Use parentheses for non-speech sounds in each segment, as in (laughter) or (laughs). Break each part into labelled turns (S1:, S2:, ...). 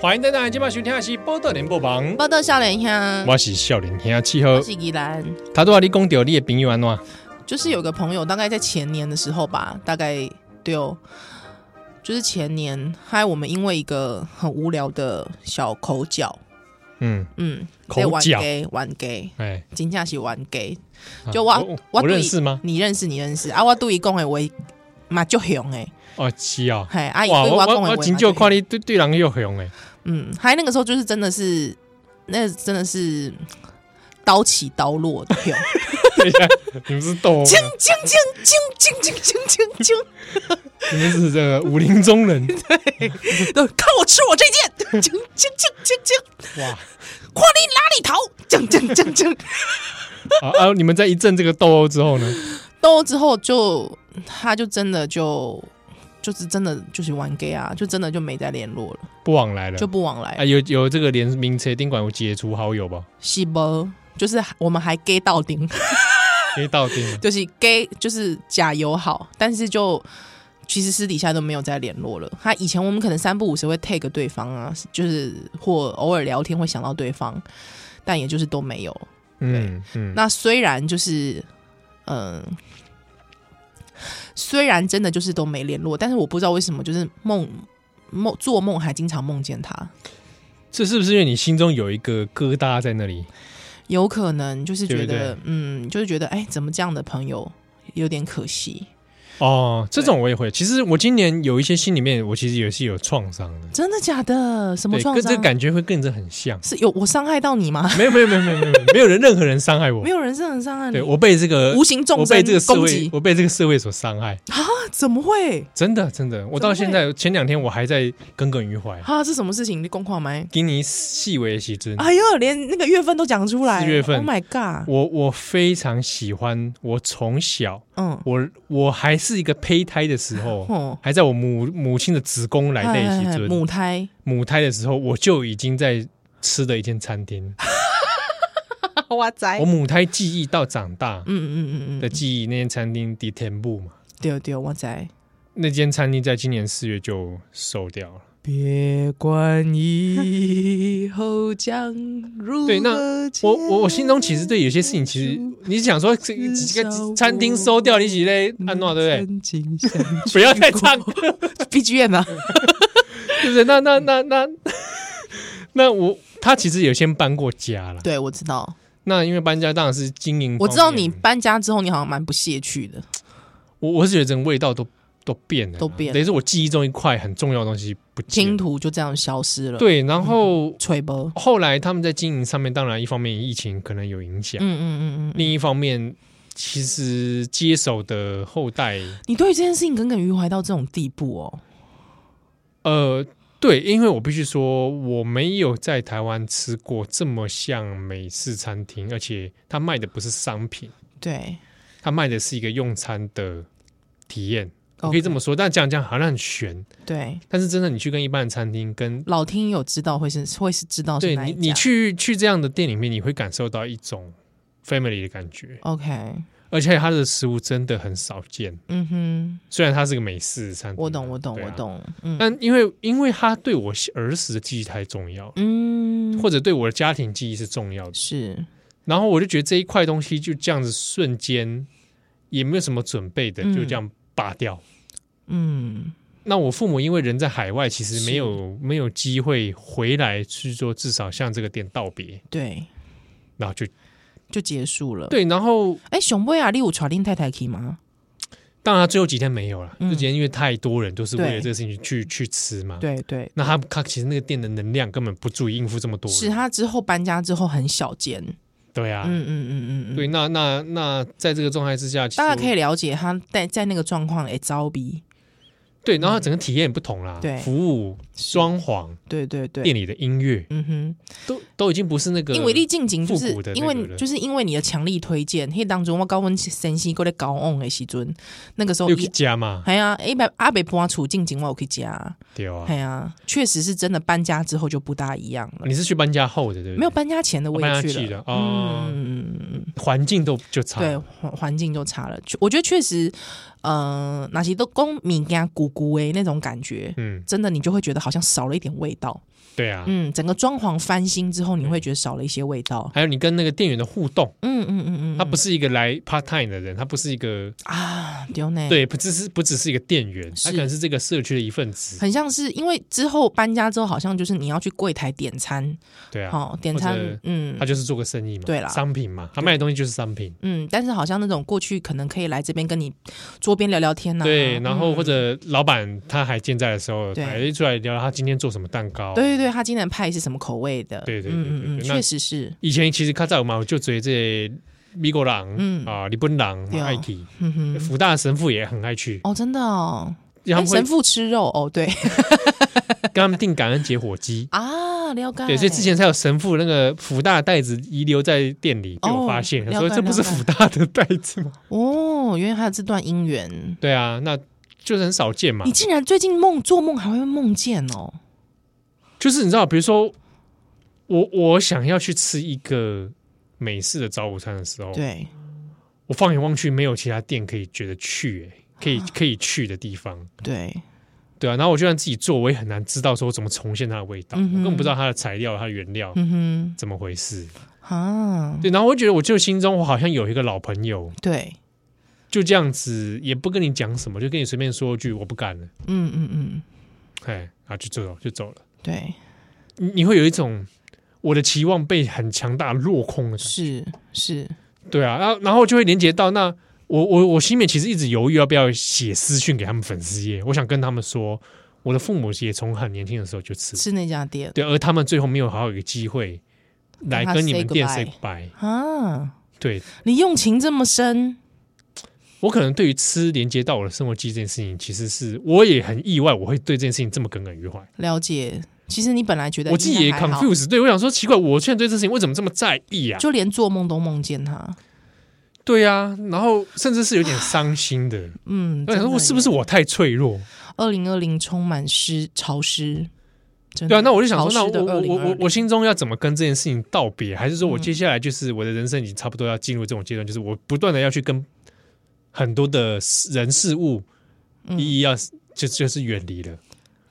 S1: 欢迎大家今晚收听的是《报道联播榜》，
S2: 报道少年乡，
S1: 我是少年兄气候
S2: 我。是宜兰，
S1: 他都话你讲到你的朋友安怎？
S2: 就是有个朋友，大概在前年的时候吧，大概对哦，就是前年，嗨，我们因为一个很无聊的小口角，
S1: 嗯，
S2: 嗯，
S1: 口
S2: 在玩
S1: 角
S2: gay 玩 gay，
S1: 哎，
S2: 真正是玩 gay，
S1: 啊
S2: 就我
S1: 我
S2: 我
S1: 我认识吗？
S2: 你认识你认识啊？我对伊讲的话嘛就凶诶，
S1: 哦，是哦。
S2: 嘿，阿姨
S1: 哇，
S2: 对
S1: 我
S2: 我
S1: 我
S2: 讲的
S1: 我
S2: 话
S1: 真少看
S2: 你，
S1: 你对对人又凶诶，
S2: 嗯，嗨，那个时候就是真的是，那真的是刀起刀落的凶。
S1: 你们是逗 (laughs) 我吗
S2: (laughs) 啾啾啾啾啾啾啾啾啾！
S1: 你们是这个武林中人
S2: 都看呃我吃我这剑！啾啾啾啾啾！
S1: 哇
S2: 夸你哪里逃？啾啾啾啾！
S1: 啊啊！你们在一阵这个斗殴之后呢？
S2: 斗之后就，他就真的就就是真的就是玩 gay 啊，就真的就没再联络了，
S1: 不往来了
S2: 就。不往来
S1: 啊，有有这个联名车宾馆有解除好友吧？
S2: 是不？就是我们还 gay 到顶， (laughs)。
S1: 可以到定了
S2: 就是 gay 就是假友好，但是就。其实私底下都没有再联络了。他以前我们可能三不五时会 tag 对方啊，就是或偶尔聊天会想到对方，但也就是都没有。
S1: 嗯嗯，
S2: 那虽然就是，嗯、虽然真的就是都没联络，但是我不知道为什么，就是梦梦做梦还经常梦见他，
S1: 这是不是因为你心中有一个疙瘩在那里？
S2: 有可能就是觉
S1: 对
S2: 得，嗯，就是觉得，哎，怎么这样的朋友有点可惜，
S1: 哦，这种我也会。其实我今年有一些心里面，我其实也是有创伤的，
S2: 真的假的？什么
S1: 对，
S2: 创
S1: 跟这
S2: 伤？啊
S1: 感觉会跟着很像。
S2: 是有我伤害到你吗？
S1: 没有没有没有没有没有没有人任何人伤害我
S2: (laughs) 没，有人是很伤害你
S1: 对，我被这个
S2: 无形
S1: 我
S2: 重
S1: 被
S2: 针
S1: 这个社
S2: 攻
S1: 会
S2: 击
S1: 我被这个社会所伤害，
S2: 啊？怎么会
S1: 真的真的，我到现在前两天我还在耿耿于怀。
S2: 啊？是什么事情？你公话没？
S1: 给你细微细之，
S2: 哎呦，连那个月份都讲出来，
S1: 四月份
S2: ，Oh my god，
S1: 我我非常喜欢，我从小
S2: 嗯，
S1: 我我还是一个胚胎的时候，
S2: 哦，
S1: 还在我母母亲的子宫来内
S2: 哎哎哎
S1: 时尊，
S2: 母胎，
S1: 母胎的时候，我就已经在吃的一间餐厅。
S2: (laughs) 哇塞
S1: 我母胎记忆到长大
S2: 嗯哎嗯嗯嗯
S1: 的
S2: 嗯，
S1: 记忆，那间餐厅 d e t e n b 嘛，
S2: 对对，哇塞，
S1: 那间餐厅在今年四月就收掉了。
S2: 别管以后将如何
S1: 对那
S2: 啊
S1: 我我我心中其实对有些事情，
S2: 结
S1: 其实
S2: 束
S1: 你想说这
S2: 至
S1: 这
S2: 少
S1: 个
S2: 我
S1: 餐厅收掉，你起嘞安诺对不对？
S2: 曾经 (laughs) 相
S1: 不要再
S2: 过 (laughs)
S1: 唱歌，
S2: BGM 啊，
S1: 对不对？那那那那那我他其实有先搬过家了。
S2: (laughs) 对我知道，
S1: 那因为搬家当然是经营方面，
S2: 我知道你搬家之后，你好像蛮不屑去的，
S1: 我我是觉得整个味道都都变了啦，
S2: 都变了
S1: 等于是我记忆中一块很重要的东西不见
S2: 拼
S1: 了。
S2: 图就这样消失了，，
S1: 对，然后、
S2: 吹波，
S1: 后来他们在经营上面，当然一方面疫情可能有影响，
S2: 嗯嗯嗯嗯，
S1: 另一方面其实接手的后代，
S2: 你对于这件事情耿耿于怀到这种地步哦，
S1: 呃，对，因为我必须说，我没有在台湾吃过这么像美式餐厅，而且他卖的不是商品，
S2: 对，
S1: 他卖的是一个用餐的体验。我可以这么说，但讲讲好像很悬，
S2: 哦对，
S1: 但是真的你去跟一般的餐厅跟
S2: 老听友知道会是会是知道是
S1: 对
S2: 哪
S1: 你，
S2: 一
S1: 你
S2: 家
S1: 去去这样的店里面，你会感受到一种 family 的感觉，
S2: ，OK，
S1: 而且它的食物真的很少见。
S2: 嗯哼。
S1: 虽然它是个美式餐厅啊，
S2: 我懂，我懂，
S1: 对啊
S2: 我。懂。嗯
S1: 但因为因为它对我儿时的记忆太重要，
S2: 嗯，
S1: 或者对我的家庭记忆是重要的，
S2: 是
S1: 然后我就觉得这一块东西就这样子瞬间也没有什么准备的，
S2: 嗯
S1: 就这样拔掉。
S2: 嗯
S1: 那我父母因为人在海外，其实没
S2: 是
S1: 有没有机会回来去做，至少向这个店道别，
S2: 对，
S1: 然后就
S2: 呃就结束了。，
S1: 对，然后
S2: 哎，熊贝啊，你有传令太太去吗？
S1: 当然，最后几天没有了，
S2: 嗯
S1: 这几天因为太多人都是为了
S2: 对
S1: 这个事情去去吃嘛。，
S2: 对对，
S1: 那他他其实那个店的能量根本不足以应付这么多人。
S2: 是他之后搬家之后很小间。
S1: 对啊，
S2: 嗯嗯嗯嗯嗯，
S1: 对，，那那那在这个状态之下，
S2: 大家可
S1: 以
S2: 以了解他在在那个状况哎招逼。
S1: 对，然后整个体验也不同啦，
S2: 嗯对
S1: 服务、装潢、
S2: 对对对，
S1: 店里的音乐，
S2: 嗯哼，
S1: 都都已经不是那个，
S2: 因为你进前就
S1: 复
S2: 是
S1: 古的那
S2: 因为
S1: 个了
S2: 你就是因为你的强力推荐，迄当中我高温先生过来高昂的时阵，那个时候
S1: 六去
S2: 伊。
S1: 家嘛，
S2: 哎呀，一百阿北搬厝进前我有去家，
S1: 对啊
S2: 哎，呀，确实是真的搬家之后就不大一样了。
S1: 你是去搬家后的对不对？
S2: 没有搬家前的我
S1: 哦搬家
S2: 也
S1: 去哦
S2: 去
S1: 的
S2: 了，
S1: 哦
S2: 嗯嗯嗯嗯嗯，
S1: 环境都就差，
S2: 对，环环境就差了。确我觉得确实，嗯、呃，哪些都公米家咕咕哎那种感觉，
S1: 嗯，
S2: 真的你就会觉得好像少了一点味道。
S1: 对啊，
S2: 嗯，整个装潢翻新之后，你会觉得少了一些味道。
S1: 还有你跟那个店员的互动，
S2: 嗯嗯嗯嗯，
S1: 他不是一个来 part time 的人，他不是一个
S2: 啊，丢呢，，
S1: 对，不只是不只是一个店员，
S2: 是
S1: 他可能是这个社区的一份子。
S2: 很像是因为之后搬家之后，好像就是你要去柜台点餐，
S1: 对啊，
S2: 哦，点
S1: 或者
S2: 餐，嗯
S1: 他就是做个生意嘛，
S2: 对啦
S1: 商品嘛，他卖的东西就是商品。
S2: 嗯，但是好像那种过去可能可以来这边跟你桌边聊聊天呐、
S1: 对，然后
S2: 嗯
S1: 或、者老板他还健在的时候，
S2: 对
S1: 哎，出来聊聊他今天做什么蛋糕。
S2: 对对对，他今天的派是什么口味的？
S1: 哦对对对对
S2: 嗯嗯嗯，
S1: 对那
S2: 确实是，
S1: 以前其实较早嘛，我就追这美国人，
S2: 嗯
S1: 啊，日本人
S2: 对
S1: 嘛
S2: 啊
S1: 爱去，
S2: 哼哼，
S1: 福大神父也很爱去，
S2: 哦，真的哦，
S1: 他
S2: 哎
S1: 们会
S2: 神父吃肉哦，
S1: (laughs)
S2: 对
S1: 跟他们订感恩节火
S2: (laughs)
S1: 鸡。
S2: 啊，了解，
S1: 对，所以之前才有神父那个福大的袋子遗留在店里被我发现，
S2: 哦
S1: 他说
S2: 了解
S1: 这不是
S2: 了解
S1: 福大的袋子
S2: (laughs)
S1: 吗？
S2: 哦，原来还有这段姻缘。
S1: 对啊，那就是很少见嘛
S2: 你。竟然最近梦做梦还会梦见哦，
S1: 就是你知道，比如说我我想要去吃一个美式的早午餐的时候，
S2: 对，
S1: 我放眼望去，没有其他店可以觉得去、欸，可
S2: 啊
S1: 以可以去的地方，
S2: 对，
S1: 对啊。然后我就算自己做，我也很难知道说我怎么重现它的味道，
S2: 嗯
S1: 我
S2: 哼
S1: 根本不知道它的材料、它的原料
S2: 嗯
S1: 怎么回事。
S2: 哼，啊，
S1: 对，然后我觉得，我就心中我好像有一个老朋友，
S2: 对，
S1: 就这样子，也不跟你讲什么，就跟你随便说一句“我不干了
S2: 嗯嗯嗯，”，
S1: 哎，然后就走了，就走了。
S2: 对，
S1: 你你会有一种我的期望被很强大落空的感觉，
S2: 是是，
S1: 对啊，然后然后就会连接到那我我我心里面其实一直犹豫要不要写私讯给他们粉丝页，我想跟他们说，我的父母也从很年轻的时候就吃，
S2: 是那家店
S1: 对，而他们最后没有好好有一个机会来
S2: 他
S1: 跟你
S2: say
S1: 们店
S2: goodbye
S1: say goodbye，
S2: 啊，
S1: 对
S2: 你用情这么深，
S1: 我可能对于吃连接到我的生活记忆这件事情，其实是我也很意外，我会对这件事情这么耿耿于怀。
S2: 了解。其实你本来觉得
S1: 我自己
S2: 应
S1: 也
S2: 该还好
S1: confuse，对我想说奇怪，我现在对这件事情为什么这么在意啊？
S2: 就连做梦都梦见他。
S1: 对啊，然后甚至是有点伤心的。
S2: 嗯，
S1: 我想说，我是不是我太脆弱？
S2: 二零二零充满湿潮湿？真的
S1: 对啊，那我就想说，那
S2: 潮湿的
S1: 我我我我
S2: 2020
S1: 我心中要怎么跟这件事情道别？还是说我接下来就是我的人生已经差不多要进入这种阶段，就是我不断的要去跟很多的人事物一一要就就是远离了，
S2: 嗯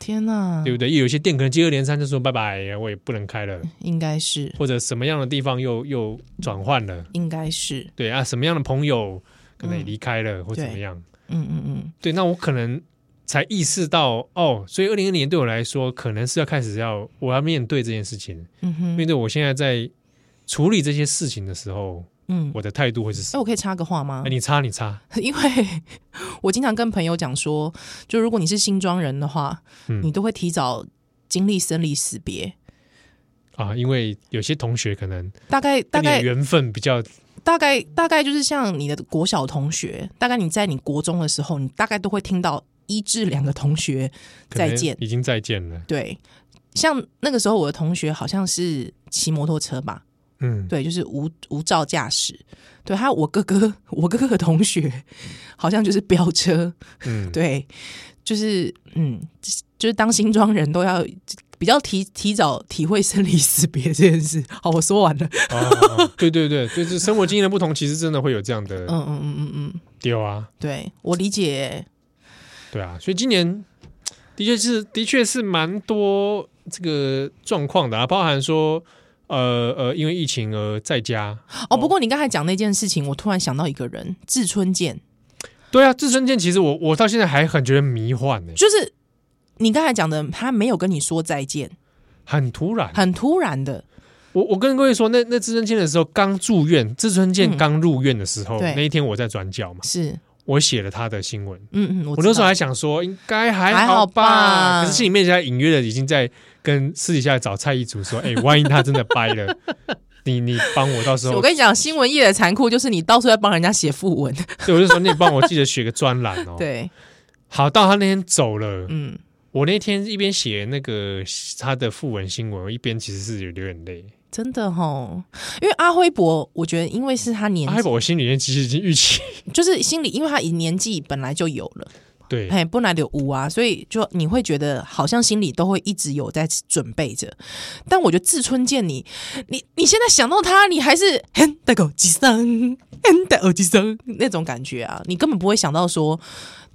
S2: 天哪
S1: 对，不对？也有一些店可能接二连三就说拜拜，我也不能开了，
S2: 应该是
S1: 或者什么样的地方又又转换了，
S2: 应该是，
S1: 对啊，什么样的朋友可能也离开了、或
S2: 对
S1: 怎么样，
S2: 嗯嗯嗯，
S1: 对，那我可能才意识到哦，所以二零二零年对我来说，可能是要开始要我要面对这件事情，
S2: 嗯哼，
S1: 面对我现在在处理这些事情的时候，
S2: 嗯。
S1: 我的态度会是什
S2: 哎，
S1: 么？
S2: 我可以插个话吗
S1: 哎，？你擦，你擦，
S2: (laughs) 因为我经常跟朋友讲说，就如果你是新庄人的话，
S1: 嗯
S2: 你都会提早经历生离死别。
S1: 啊，因为有些同学可能
S2: 大概大
S1: 跟你的
S2: 概
S1: 缘分比较
S2: 大概大概就是像你的国小同学，大概你在你国中的时候，你大概都会听到一至两个同学
S1: 可能
S2: 再见
S1: 已经再见了，
S2: 对，像那个时候我的同学好像是骑摩托车吧，
S1: 嗯，
S2: 对，就是无无照驾驶。对，还有我哥哥，我哥哥的同学好像就是飙车，
S1: 嗯，
S2: 对，就是嗯，就是当新庄人都要比较提提早体会生离死别这件事。好，我说完了。
S1: 哦哦哦对对对，就是生活经验的不同，其实真的会有这样的
S2: 嗯嗯嗯嗯嗯，
S1: 丢啊，
S2: 对我理解。
S1: 对啊，所以今年的确是的确是蛮多这个状况的啊，包含说呃呃，因为疫情而在家。
S2: 哦，不过你刚才讲那件事情，我突然想到一个人，志春健，
S1: 对啊，至尊剑其实我我到现在还很觉得迷幻呢、
S2: 就是你刚才讲的，他没有跟你说再见，
S1: 很突然。
S2: 很突然的。
S1: 我我跟各位说，那那至尊剑的时候刚住院，至尊剑
S2: 嗯
S1: 刚入院的时候，
S2: 对
S1: 那一天我在转角嘛，
S2: 是，
S1: 我写了他的新闻。
S2: 嗯嗯，我
S1: 我那时候
S2: 还
S1: 还想说，应该还
S2: 还
S1: 好
S2: 好
S1: 吧，
S2: 吧
S1: 可是心里面现在隐约的已经在跟私底下找蔡一祖说，
S2: (laughs)
S1: 哎、万一他真的掰了，你你帮我到时候
S2: 我跟你讲，新闻业的残酷就是你到处在帮人家写副文，
S1: 对，我就说你帮我记得写个专栏哦。，
S2: (laughs) 对，
S1: 好，到他那天走了，
S2: 嗯，
S1: 我那天一边写那个他的副文新闻，我一边其实是有流眼泪。
S2: 真的吼，因为阿辉伯，我觉得因为是他年
S1: 阿
S2: 纪，
S1: 海哎我心里面其实已经预
S2: (laughs)
S1: 期，
S2: 就是心里，因为他年纪本来就有了，
S1: 对
S2: 嘿，本来就有啊，所以就你会觉得好像心里都会一直有在准备着。但我觉得志春见你，你你现在想到他，你还是很的狗鸡声，很的耳机声那种感觉啊，你根本不会想到说，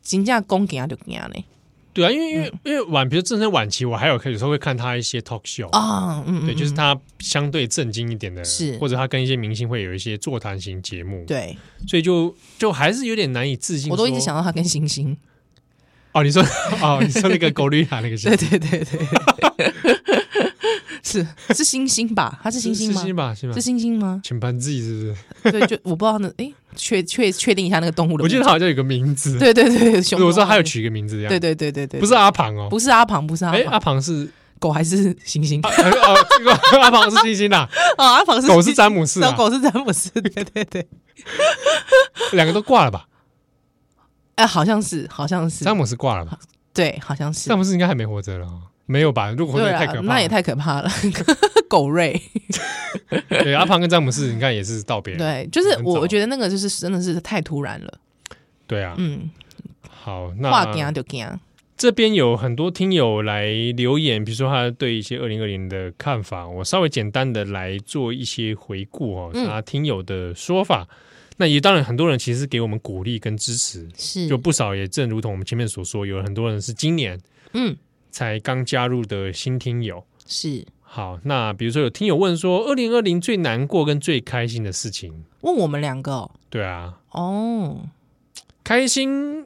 S2: 金价公给他就给他呢。
S1: 对啊，因为因为、因为晚，比如郑生晚期，我还有有时候会看他一些 talk show，、
S2: 啊，嗯，嗯
S1: 对，就是
S2: 嗯
S1: 他相对正经一点的，
S2: 是
S1: 或者他跟一些明星会有一些座谈型节目，，
S2: 对
S1: 所以就就还是有点难以置信说。
S2: 我都一直想到他跟星星，
S1: 哦，你说哦，你说那个狗绿塔那个
S2: (laughs) 对
S1: 是
S2: 对对对， (laughs) 是是星星吧？他是星星
S1: 是
S2: 吗
S1: 星？吧，是吧？
S2: 是？星星吗
S1: 全班 Z 是不是？
S2: 对，就我不知道那诶，确确确定一下那个动物的
S1: 我
S2: 名
S1: 记
S2: 字，
S1: 得他好像有个名字，
S2: 对对对，熊
S1: 我知道他有
S2: 猫
S1: 取一个名字，这样
S2: 对对对对对，
S1: 不是阿庞哦，
S2: 不是阿庞，不是阿
S1: 哎，阿
S2: 庞，
S1: 庞是 (laughs)
S2: 狗还是星星
S1: 啊哦，这个阿庞是星星啦，
S2: 哦，阿庞 (laughs) 是
S1: 狗是詹姆斯
S2: 然
S1: 啊
S2: 后，狗是詹姆斯，对对对，
S1: 两个都挂了吧？
S2: 哎，好像是，好像是，
S1: 詹姆斯挂了吧？
S2: 对，好像是
S1: 詹，姆斯应该还没活着了哦，没有吧？如果活着
S2: 对
S1: 也太
S2: 啊
S1: 可怕，了，
S2: 那也太可怕了， (laughs) 狗瑞，
S1: (laughs) 对。阿庞跟詹姆斯，你看也是道别了，
S2: 对，就是
S1: 很
S2: 我
S1: 早
S2: 我觉得那个就是真的是太突然了，
S1: 对啊。
S2: 嗯，
S1: 好，
S2: 话啊惊
S1: 那
S2: 就惊，
S1: 这边有很多听友来留言，比如说他对一些二零二零的看法，我稍微简单的来做一些回顾哦，
S2: 嗯
S1: 他听友的说法。那也当然，很多人其实给我们鼓励跟支持，
S2: 是
S1: 就不少也正如同我们前面所说，有很多人是今年
S2: 嗯
S1: 才刚加入的新听友。
S2: 是。
S1: 好，那比如说有听友问说，二零二零最难过跟最开心的事情，
S2: 问我们两个哦
S1: 对啊，
S2: 哦，
S1: 开心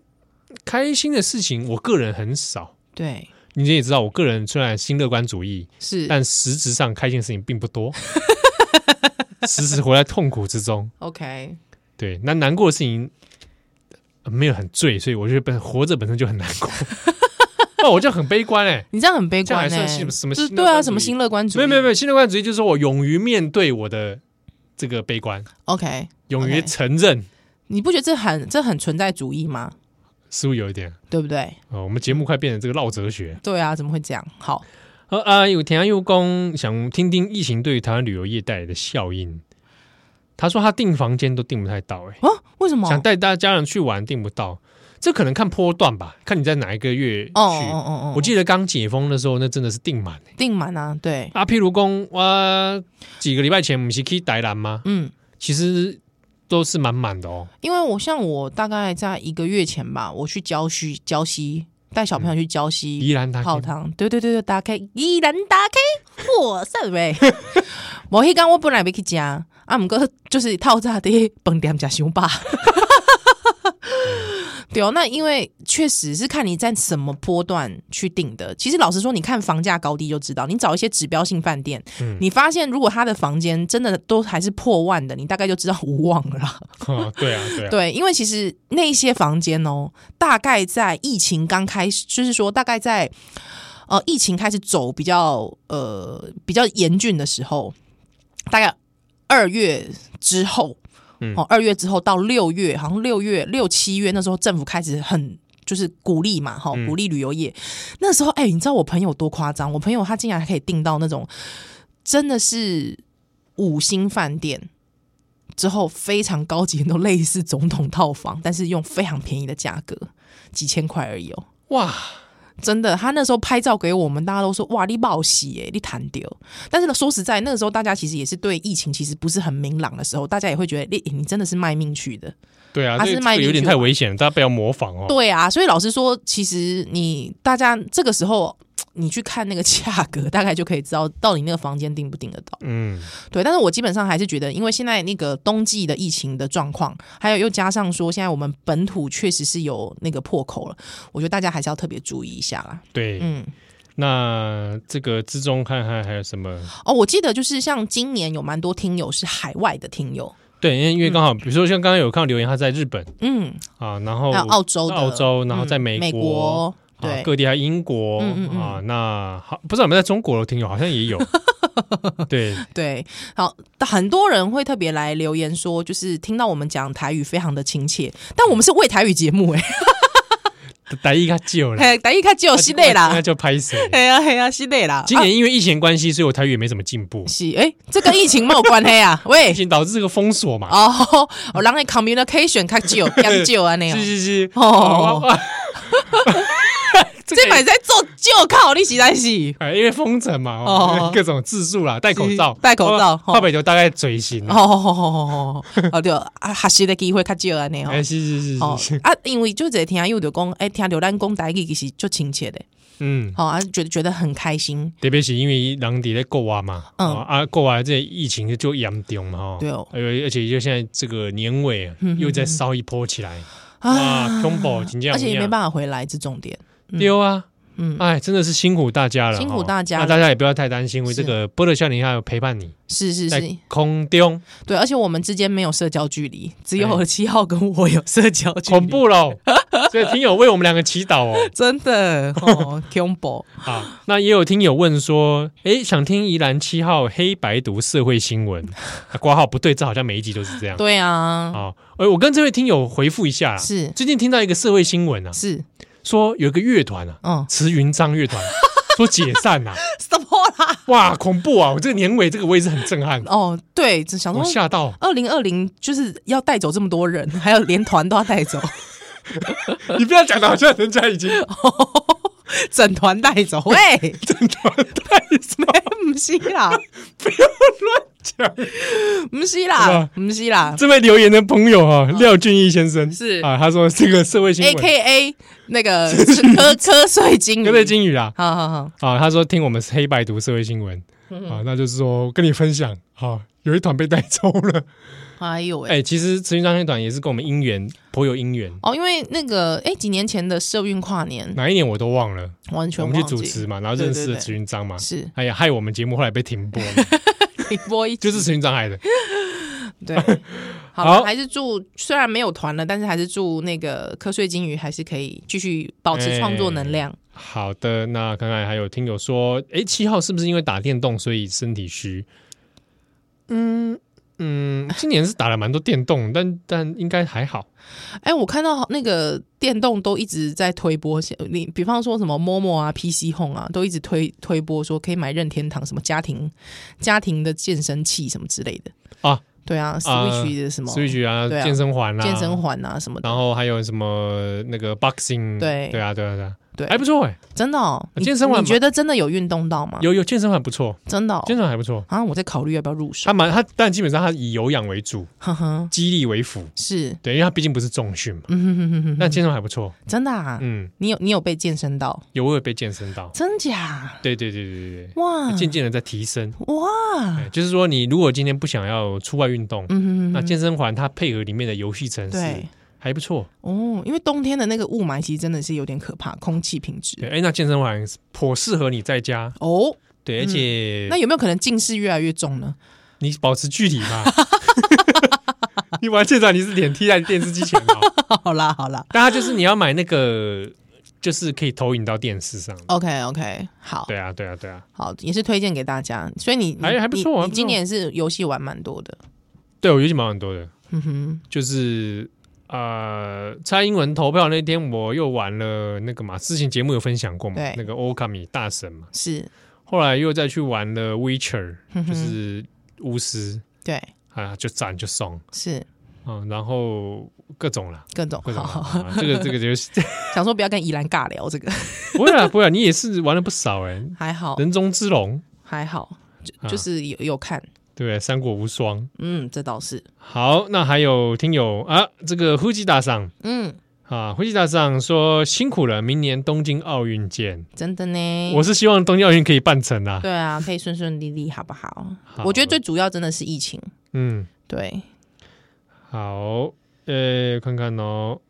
S1: 开心的事情，我个人很少。
S2: 对，
S1: 你也知道，我个人虽然新乐观主义，
S2: 是
S1: 但实质上开心的事情并不多， (laughs) 时时活在痛苦之中。
S2: OK，
S1: 对，那难过的事情呃没有很醉，所以我觉得本活着本身就很难
S2: (laughs)
S1: 过。哦，我就很悲观哎、
S2: 你这样很悲
S1: 这样还
S2: 观
S1: 算
S2: 呢，
S1: 是什么
S2: 就是
S1: 新
S2: 对
S1: 乐观
S2: 啊，
S1: 主
S2: 什么
S1: 义
S2: 新乐观主义？
S1: 没有没有没有，新乐观主义就是说我勇于面对我的这个悲观，
S2: ，OK，
S1: 勇于
S2: OK
S1: 承认
S2: 你不觉得这很这很存在主义吗？
S1: 似乎有一点
S2: 对不对？
S1: 哦，我们节目快变成这个绕哲学。
S2: 对啊，怎么会这样？好，
S1: 好啊，有田佑公想听听疫情对于台湾旅游业带来的效应。他说他订房间都订不太到、欸，
S2: 哦，为什么？
S1: 想带大家人去玩订不到，这可能看波段吧，看你在哪一个月去。
S2: 哦哦哦哦，
S1: 我记得刚解封的时候，那真的是订满、欸。
S2: 定满啊，对，
S1: 阿譬如公，我几个礼拜前不是去台南吗？
S2: 嗯，
S1: 其实都是满满的哦。
S2: 因为我像我大概在一个月前吧，我去礁西礁西带小朋友去礁西
S1: 宜兰他
S2: 泡汤，对对对对，打开依然打开 (laughs) 火山呗。我迄讲我本来要去食，啊，毋过就是透早伫饭店食伤饱。 (laughs) 对哦，那因为确实是看你在什么波段去定的。其实老实说，你看房价高低就知道。你找一些指标性饭店，
S1: 嗯
S2: 你发现如果他的房间真的都还是破万的，你大概就知道无望了啦。
S1: (laughs) 哦对啊，对啊，
S2: 对，因为其实那些房间哦，大概在疫情刚开始，就是说大概在呃疫情开始走比较呃比较严峻的时候，大概二月之后，
S1: 嗯
S2: 哦，二月之后到六月，好像六月六七月那时候政府开始很。就是鼓励嘛，哈，
S1: 嗯
S2: 鼓励旅游业。那时候，哎、你知道我朋友多夸张？我朋友他竟然还可以订到那种真的是五星饭店之后非常高级，都类似总统套房，但是用非常便宜的价格，几千块而已哦。
S1: 哇，
S2: 真的，他那时候拍照给我们，大家都说哇，你冒喜耶，你谈丢。但是说实在，那个时候大家其实也是对疫情其实不是很明朗的时候，大家也会觉得你你真的是卖命去的。
S1: 对啊，
S2: 他
S1: 这
S2: 是
S1: 个
S2: 卖
S1: 这个有
S2: 进
S1: 点
S2: 去
S1: 太
S2: 玩
S1: 危险了，大家不要模仿哦。
S2: 对啊，所以老实说，其实你大家这个时候你去看那个价格，大概就可以知道到底那个房间订不订得到。
S1: 嗯，
S2: 对，但是我基本上还是觉得，因为现在那个冬季的疫情的状况，还有又加上说现在我们本土确实是有那个破口了，我觉得大家还是要特别注意一下啦。
S1: 对。
S2: 嗯，
S1: 那这个之中看看还有什么？
S2: 哦，我记得就是像今年有蛮多听友是海外的听友，
S1: 对，因为因为刚好，比如说像刚刚有看到留言，他在日本
S2: 嗯，
S1: 啊，然后
S2: 还有澳洲的，
S1: 澳洲然后在
S2: 嗯
S1: 美
S2: 美
S1: 国
S2: 国，
S1: 啊
S2: 对，
S1: 各地还有英国
S2: 嗯嗯嗯
S1: 啊，那好，不知道有没有在中国的听友，好像也
S2: (laughs)
S1: 有。对，
S2: 对，好，很多人会特别来留言说，就是听到我们讲台语非常的亲切，但我们是为台语节目哎、
S1: 台一他救了，
S2: 嘿台语较
S1: 啊
S2: 只有是累
S1: 那
S2: 啦，
S1: 就拍谁？
S2: 嘿啊嘿啊是累啦，
S1: 今
S2: 啊、
S1: 年因为疫情关系，所以我台语也没怎么进步，
S2: 是哎、这跟疫情没有关系
S1: (laughs)
S2: 啊，喂
S1: 疫。情导致这个封锁嘛。
S2: 哦，哦，人的 communication 较少，较少安尼
S1: (laughs) 是
S2: 哦。
S1: 是是，
S2: 哦
S1: 哦，哇这
S2: 这
S1: 个
S2: 摆在做就靠你洗在洗。
S1: 哎，因为封城嘛，
S2: 哦
S1: 哦、 (laughs) 各种自述啦，戴口罩，
S2: 戴口罩哦
S1: 画北球大概嘴型
S2: 哦，
S1: 啦，
S2: 哦哦对，啊，学习的机会较少安尼哦。
S1: 哎，是是是
S2: 哦
S1: 是是，
S2: 啊，因为就这听又就讲，哎、听刘咱讲台语其实就亲切的，
S1: 嗯，
S2: 好、啊，觉得觉得很开心，
S1: 特别是因为人伫咧国外嘛，
S2: 嗯
S1: 哦啊，国外这疫情就严重嘛，吼，哎
S2: 对哦
S1: 而而且就现在这个年尾啊
S2: 嗯嗯
S1: 又再烧一波起来，
S2: 啊
S1: 哇，恐怖真的有
S2: 而且也
S1: 影
S2: 没办法回来，这重点，嗯
S1: 丢啊！
S2: 嗯，
S1: 哎，真的是辛苦大家了，
S2: 辛苦
S1: 吼
S2: 大家
S1: 那
S2: 了
S1: 大家也不要太担心，因为
S2: 是
S1: 这个波特夏林还有陪伴你，
S2: 是是
S1: 在
S2: 是，
S1: 空中
S2: 对，而且我们之间没有社交距离，只有
S1: 哎
S2: 七号跟我有社交距离，
S1: 恐，怖
S2: (laughs)
S1: 喽！所以听友为我们两个祈祷哦。
S2: 真的哦，
S1: (laughs)
S2: 恐怖，
S1: 好，那也有听友问说，诶，想听宜兰七号黑白读社会新闻，啊挂号不对，这好像每一集都是这样。
S2: 对啊，
S1: 好，哎，我跟这位听友回复一下啦，
S2: 是
S1: 最近听到一个社会新闻啊，
S2: 是，
S1: 说有一个乐团啊，
S2: 嗯，
S1: 慈云章乐
S2: (laughs)
S1: 团说解散啦、
S2: 什么啦？
S1: 哇，恐怖啊！我这个年尾这个我也是很震撼，
S2: 哦，对，只想
S1: 我
S2: 说。
S1: 吓到。
S2: 二零二零就是要带走这么多人， (laughs) 还有连团都要带走， (laughs)
S1: 你不要讲的好像人家已经
S2: 哦整团带走，喂， (laughs) 唔是啦，
S1: 讲
S2: 唔是
S1: 是
S2: 啦
S1: 吧，
S2: 唔是啦
S1: 这位留言的朋友啊，廖俊逸先生
S2: 哦是哎
S1: 啊，他说这个社会新
S2: ，A
S1: 闻
S2: K A 那个 (laughs) 瞌瞌睡金鱼，
S1: 各位金宇啊
S2: 好好好，
S1: 啊，他说听我们黑白读社会新闻
S2: 嗯
S1: 啊，那就是说跟你分享啊，有一团被带走了。
S2: 哎呦喂，
S1: 哎，其实慈云章乐团也是跟我们姻缘颇有姻缘，
S2: 哦，因为那个哎几年前的社运跨年
S1: 哪一年我都忘了，
S2: 完
S1: 我
S2: 全
S1: 们去
S2: 忘
S1: 主
S2: 记
S1: 持，嘛，然后
S2: 对
S1: 认
S2: 对
S1: 识了
S2: 对
S1: 慈云章嘛，
S2: 是
S1: 哎呀，害我们节目后来被停
S2: (laughs)
S1: 播了，
S2: 你播一集
S1: 就是慈云章害的。 (laughs)
S2: 对。好了，
S1: 好
S2: 还是祝虽然没有团了，但是还是祝那个瞌睡金鱼还是可以继续保持创作能
S1: 嗯
S2: 量。
S1: 好的，那刚才还有听友说，哎，七号是不是因为打电动所以身体虚？嗯嗯，今年是打了蛮多电动，但但应该还好。
S2: 哎、我看到那个电动都一直在推播，你比方说什么 Momo 啊、PC Home 啊，都一直推推播说可以买任天堂什么家庭家庭的健身器什么之类的
S1: 啊。
S2: 对啊，Switch 的什么、
S1: 所以觉啊，
S2: 对啊
S1: 健身环啊，
S2: 健身，环啊什么的，
S1: 然后还有什么那个 boxing，
S2: 对
S1: 对啊，对啊，对啊，
S2: 对
S1: 还不错哎，
S2: 真的哦。你
S1: 健身环
S2: 你
S1: 嘛
S2: 觉得真的有运动到吗？
S1: 有有健身环不错，
S2: 真啊的、哦、
S1: 健身啊环还不错。
S2: 啊，我在考虑要不要入手
S1: 他。蛮他，但基本上他以有氧为主，
S2: 哼哼，
S1: 肌力为辅，
S2: 是，
S1: 对，因为他毕竟不是重训嘛。
S2: 嗯哼哼哼哼
S1: 但
S2: 哼，
S1: 健身环还不错，
S2: 真的啊，
S1: 嗯，
S2: 你有你有被健身到？
S1: 有我有被健身到，
S2: 真假？
S1: 对对对对对
S2: 哇
S1: 对，渐渐的在提升。
S2: 哇，
S1: 哎就是说，你如果今天不想要出外运动，
S2: 嗯哼哼
S1: 那
S2: 哼，
S1: 健身环它配合里面的游戏城市
S2: 对。
S1: 还不错。
S2: 哦，因为冬天的那个雾霾其实真的是有点可怕，空气品
S1: 对，
S2: 质。
S1: 哎，那健身环颇适合你在家，
S2: 哦，
S1: 对，而且
S2: 那有没有可能近视越来越重呢？ (laughs)
S1: 你保持距离嘛。 (laughs) 你玩现场你是脸贴在电视机前哦，
S2: (laughs) 好啦好啦
S1: 但它就是你要买那个，就是可以投影到电视上的。
S2: ，OK OK，好
S1: 对啊，对啊，对啊，
S2: 好，也是推荐给大家。所以你你
S1: 还还不错啊
S2: 你
S1: 还不
S2: 你
S1: 错
S2: 今年是游戏玩蛮多的。
S1: 对我游戏蛮很多的，
S2: 嗯哼，
S1: 就是呃，蔡英文投票那天我又玩了那个嘛，之前节目有分享过嘛
S2: 对，
S1: 那个欧卡米大神嘛，
S2: 是，
S1: 后来又再去玩了 Witcher，
S2: 嗯哼
S1: 就是巫师
S2: 对，
S1: 啊，就斩就送
S2: 是
S1: 嗯，然后各种啦，
S2: 各种
S1: 各种啦，
S2: 好，
S1: 啊这个这个
S2: (laughs)
S1: 游戏
S2: 想说不要跟宜兰尬聊
S1: (laughs)
S2: 这个，
S1: 不会啦，不会啦，你也是玩了不少哎、
S2: 还好
S1: 人中之龙，
S2: 还好，就
S1: 啊
S2: 就是有有看，
S1: 对不对？三国无双。
S2: 嗯，这倒是，
S1: 好，那还有听友啊，这个呼吉大上
S2: 嗯，
S1: 啊，呼吉大上说辛苦了，明年东京奥运见。
S2: 真的呢。
S1: 我是希望东京奥运可以办成啦。
S2: 对啊，可以顺顺利利，好不好？
S1: 好
S2: 我觉得最主要真的是疫情，
S1: 嗯，
S2: 对，
S1: 好，呃，看看哦。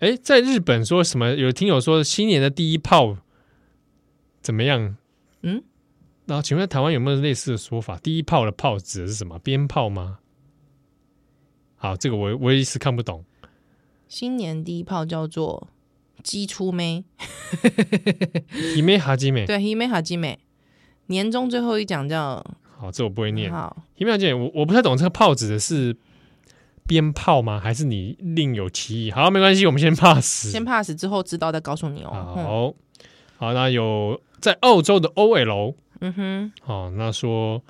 S1: 哎，在日本说什么？有听友说新年的第一炮怎么样？
S2: 嗯，
S1: 然后请问台湾有没有类似的说法？第一炮的炮指的是什么？鞭炮吗？好，这个我我一时看不懂。
S2: 新年第一炮叫做基出妹，
S1: 伊梅哈基美，
S2: 对，黑妹哈基美。年终最后一讲叫
S1: 好，这我不会念。
S2: 好，
S1: 伊梅哈基美，我我不太懂这个炮指的是鞭炮吗？还是你另有其意？好，没关系，我们先 pass。
S2: 先 pass 之后知道再告诉你哦。
S1: 好好，那有在澳洲的 OL
S2: 嗯哼，
S1: 哦，那说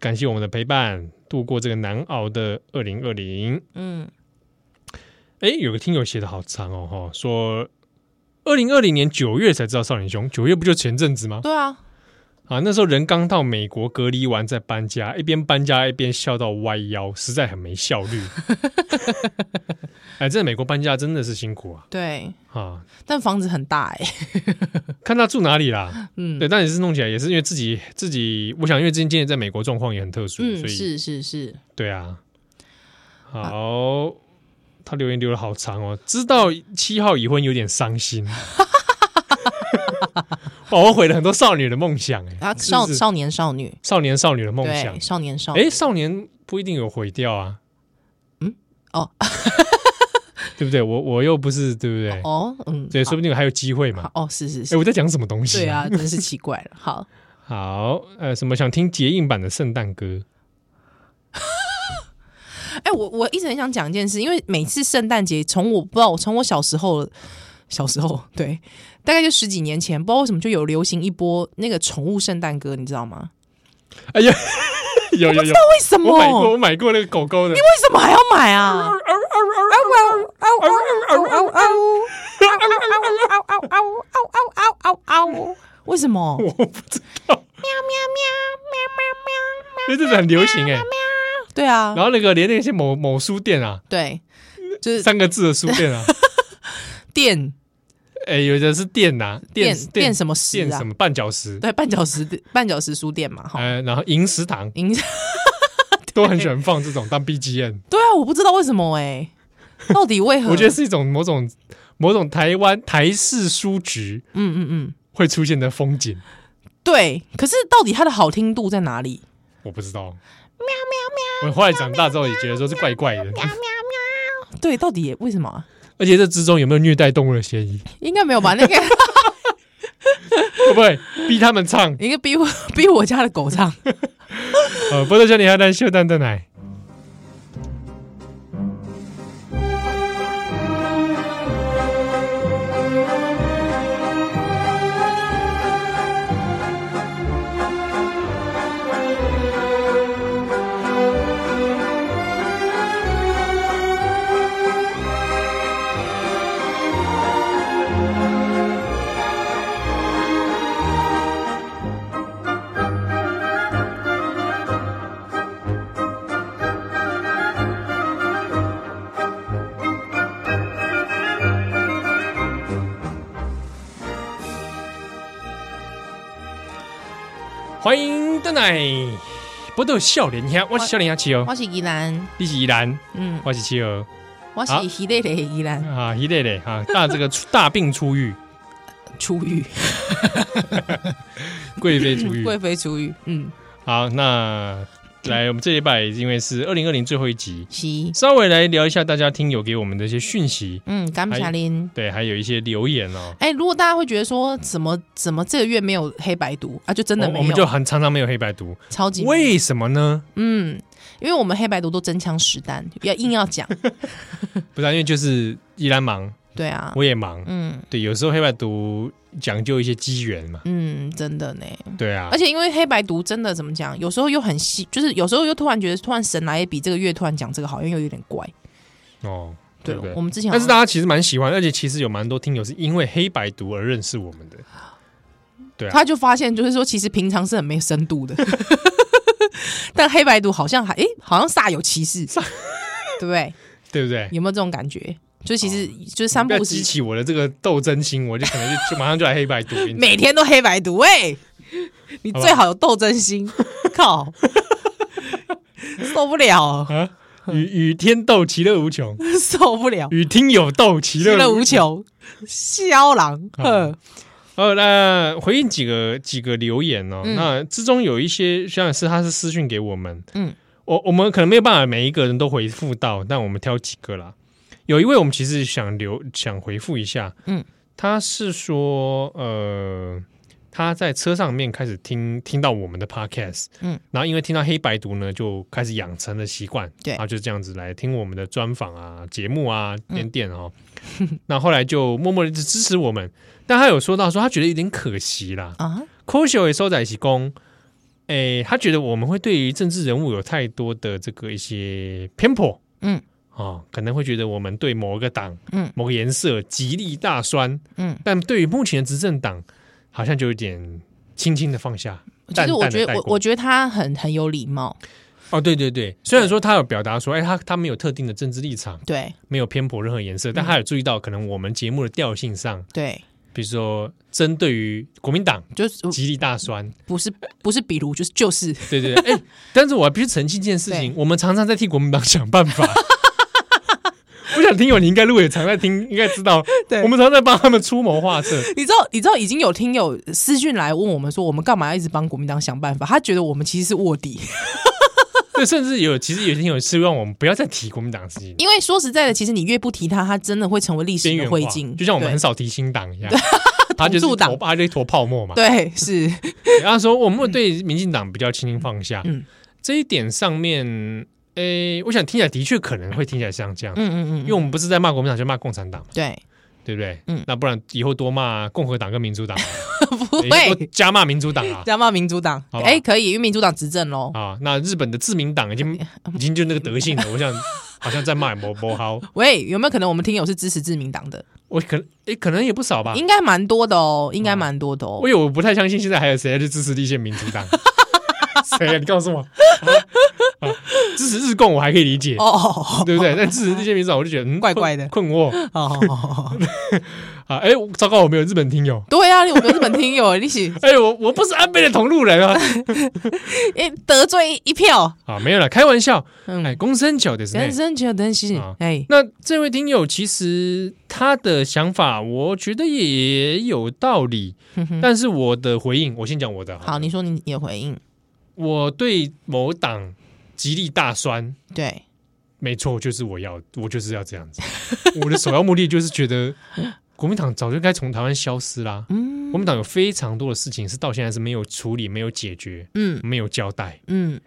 S1: 感谢我们的陪伴，度过这个难熬的二零二零。
S2: 嗯，
S1: 哦哎，有个听友写的好长哦，哈，说。二零二零年九月才知道少年兄，九月不就前阵子吗？
S2: 对啊，
S1: 啊，那时候人刚到美国隔离完再搬家，一边搬家一边笑到歪腰，实在很没效率。哎，在美国搬家真的是辛苦啊！
S2: 对，
S1: 啊，
S2: 但房子很大哎、
S1: 看他住哪里啦。
S2: 嗯，
S1: 对，但也是弄起来也是因为自己自己，我想因为之前今年在美国状况也很特殊，所
S2: 嗯，
S1: 以
S2: 是啊是是，
S1: 对啊。好，他留言留了好长哦，知道七号已婚有点伤心。 (laughs) 哇，我毁了很多少女的梦想哎、
S2: 啊，
S1: 是
S2: 少
S1: 不是
S2: 少年少女，
S1: 少年少女的梦想
S2: 对，。少年少女，
S1: 哎，少年不一定有毁掉啊。
S2: 嗯，哦，
S1: (laughs) 对不对？我我又不是对不对？
S2: 哦，嗯，
S1: 对，
S2: 好
S1: 说不定还有机会
S2: 好
S1: 嘛。
S2: 哦，是是
S1: 哎，
S2: 是，
S1: 我在讲什么东西？
S2: 对，啊，真是奇怪了。好，
S1: 好，呃，什么想听捷印版的圣诞歌？
S2: 哎、我我一直很想讲一件事，因为每次圣诞节，从我不知道，从我小时候，小时候对，大概就十几年前，不知道为什么就有流行一波那个宠物圣诞歌，你知道吗？
S1: 哎
S2: (laughs)
S1: 呀，有有有，
S2: 为什么？
S1: 我买过，
S2: 为
S1: 我买过那个狗狗的。
S2: 什么还要买啊？ (laughs) 为什么？
S1: 我 (laughs) 不知道，因为这个很流行哎。
S2: 对啊
S1: 然，后那个连那些某某书店啊，
S2: 对，就是
S1: 三个字的书
S2: (laughs)
S1: 店啊，
S2: 电
S1: 哎，有的是店呐，
S2: 电
S1: 店
S2: 电什么石
S1: 店
S2: 啊
S1: 什？么绊脚石，
S2: 对，绊脚石绊脚石书店嘛，哈，
S1: 呃，然后银食堂
S2: 影
S1: 都很喜欢放这种当 BGM。
S2: 对啊，我不知道为什么哎、到底为何？
S1: 我觉得是一种某种某种台湾台式书局
S2: 嗯嗯嗯，
S1: 会出现的风景，
S2: 对。可是到底它的好听度在哪里？
S1: 我不知道。我后来长大之后也觉得说是怪怪的，
S2: 对，到底也为什么啊？
S1: 而且这之中有没有虐待动物的嫌疑？
S2: 应该没有吧？那个 (laughs)
S1: 会不会逼他们唱？
S2: 一个逼我逼我家的狗唱，
S1: 呃，波多少年哈蛋秀蛋蛋奶。欢迎蛋奶，波多少年兄，我是少年兄七儿，
S2: 我是宜兰，
S1: 你是依兰，
S2: 嗯，
S1: 我是七儿
S2: 我
S1: 好
S2: 是喜累累宜兰
S1: 啊，一类类哈，大这个出大病初
S2: (laughs)
S1: 愈，
S2: 出狱，
S1: 贵妃出
S2: 贵
S1: 狱。
S2: 妃出狱，嗯，
S1: 好，那来我们这一拜，因为是二零二零最后一集，
S2: 是，
S1: 稍微来聊一下大家听友给我们的一些讯息，
S2: 嗯，感谢您。
S1: 对，还有一些留言哦。
S2: 哎、如果大家会觉得说怎么怎么这个月没有黑白读啊，就真的
S1: 我
S2: 没有，
S1: 哦我们就很常常没有黑白读，
S2: 超级没有
S1: 为什么呢？
S2: 嗯，因为我们黑白读都真枪实弹，要硬要
S1: (laughs)
S2: 讲，
S1: 不然因为就是依然忙，
S2: 对啊，
S1: 我也忙，
S2: 嗯
S1: 对，有时候黑白读讲究一些机缘嘛，
S2: 嗯，真的呢。
S1: 对啊
S2: 而，且因为黑白读真的怎么讲，有时候又很细，就是有时候又突然觉得突然神来一笔，这个月突然讲这个好像又有点怪。
S1: 哦，对
S2: 对，
S1: 不对
S2: 我？们之前
S1: 但是
S2: 好
S1: 大家其实蛮喜欢，而且其实有蛮多听友是因为黑白读而认识我们的，对
S2: 像
S1: 啊
S2: 他就发现，就是说其实平常是很没深度的， (laughs) 但黑白读好像还诶、好像煞有其事，对不对？
S1: 对不对？
S2: 有没有这种感觉？就其实、就是三
S1: 不
S2: 不
S1: 要
S2: 五
S1: 激
S2: 时，
S1: 起我的这个斗争心，我就可能就就马上就来黑白读给你。
S2: 每天都黑白读，喂、你
S1: 好吧
S2: 最好有斗争
S1: (laughs)
S2: 心，靠，受不了，
S1: 啊，与与天斗，其乐无穷；
S2: 受不了，
S1: 与听友斗，其
S2: 其
S1: 乐
S2: 乐
S1: 无
S2: 无穷，肖郎，呵。
S1: 哦，那回应几个几个留言哦，
S2: 嗯
S1: 那之中有一些虽然是他是私讯给我们，
S2: 嗯，
S1: 我我们可能没有办法每一个人都回复到，但我们挑几个啦。有一位我们其实想留想回复一下，
S2: 嗯，
S1: 他是说呃。他在车上面开始听听到我们的 podcast，
S2: 嗯，
S1: 然后因为听到黑白读呢，就开始养成了习惯，啊
S2: 对嗯
S1: 然后就这样子来听我们的专访啊、节目啊、点点哦，那后来就默默的支持我们，但他有说到说他觉得有点可惜啦。
S2: 啊，
S1: 科学也收在一起攻，诶，他觉得我们会对于政治人物有太多的这个一些偏颇，
S2: 嗯，
S1: 啊、哦，可能会觉得我们对某个党、
S2: 嗯
S1: 某个颜色极力大酸，
S2: 嗯，
S1: 但对于目前的执政党，好像就有点轻轻的放下。
S2: 其
S1: 淡
S2: 实
S1: 淡
S2: 我
S1: 地
S2: 觉得
S1: 带
S2: 我
S1: 过
S2: 我觉得他很很有礼貌，
S1: 哦，对对对，虽然说他有表达说，哎，他他没有特定的政治立场，
S2: 对
S1: 没有偏颇任何颜
S2: 嗯
S1: 色，但他有注意到可能我们节目的调性上，
S2: 对，
S1: 比如说针对于国民党
S2: 就是
S1: 极力大酸，
S2: 不是不是比如就是就是
S1: 对对对，哎，但是我还必须澄清一件事情，我们常常在替国民党想办
S2: (laughs)
S1: 法。我想听友，你应该如果也常在听，应该知道，
S2: 对
S1: 我们常在帮他们出谋划策。
S2: 你知道，你知道已经有听友私讯来问我们说，我们干嘛要一直帮国民党想办法？他觉得我们其实是卧底， (laughs)
S1: 对，甚至有其实有些听友希望我们不要再提国民党的事情，
S2: 因为说实在的，其实你越不提他，他真的会成为历史
S1: 边
S2: 的
S1: 缘化
S2: 灰烬，
S1: 就像我们
S2: 对
S1: 很少提新党一样， (laughs) 他就是
S2: 同
S1: 一
S2: 住党
S1: 坨他就一坨泡沫嘛。
S2: (laughs) 对是，
S1: 然后说我们对民进党比较轻轻放下，
S2: 嗯
S1: 这一点上面，诶，我想听起来的确可能会听起来像这样，
S2: 嗯嗯嗯，
S1: 因为我们不是在骂国民党，就骂共产党嘛， (laughs)
S2: 对
S1: 对不对？
S2: 嗯
S1: 那不然以后多骂共和党跟民主党，
S2: (laughs) 不
S1: 诶多
S2: 会
S1: 加骂民主党
S2: (laughs)
S1: 啊。
S2: 加骂民主党，
S1: 好吧
S2: 哎、可以，因为民主党执政喽。
S1: 啊，那日本的自民党已
S2: 哎
S1: 经已经就那个德性了，我
S2: (laughs)
S1: 想好像在骂某某豪，
S2: 喂，有没有可能我们听友是支持自民党的？
S1: 我可诶可能也不少吧，
S2: 应该蛮多的哦，应该蛮多的哦。
S1: 啊我有，我不太相信现在还有谁去支持立宪民
S2: (laughs)
S1: 主党。谁啊？你告诉我，啊啊支持日共我还可以理解，
S2: 哦哦
S1: 对不对？但支持立宪民主党，我就觉得嗯，
S2: (laughs) 怪怪的
S1: 困困惑
S2: 哦哦
S1: (laughs)
S2: 哦，哦
S1: 啊！哎，糟糕，我没有日本听友。
S2: 对啊，我们日本听友，你是
S1: 哎，我我不是安倍的同路人啊！
S2: 哎得罪一票，
S1: 啊，没有了，开玩笑。
S2: 嗯
S1: 哎，公生球的是
S2: 人生就等息
S1: 啊，
S2: 哎，
S1: 那这位听友其实他的想法，我觉得也有道理，
S2: 哼哼
S1: 但是我的回应，我先讲我的。
S2: 好，，你说你你的回应，
S1: 我对某党极力大酸，
S2: 对，
S1: 没错，就是我要，我就是要这样子。 (laughs) 我的首要目的就是觉得国民党早就该从台湾消失啦。
S2: 嗯
S1: 国民党有非常多的事情是到现在是没有处理、没有解决、
S2: 嗯
S1: 没有交代，
S2: 嗯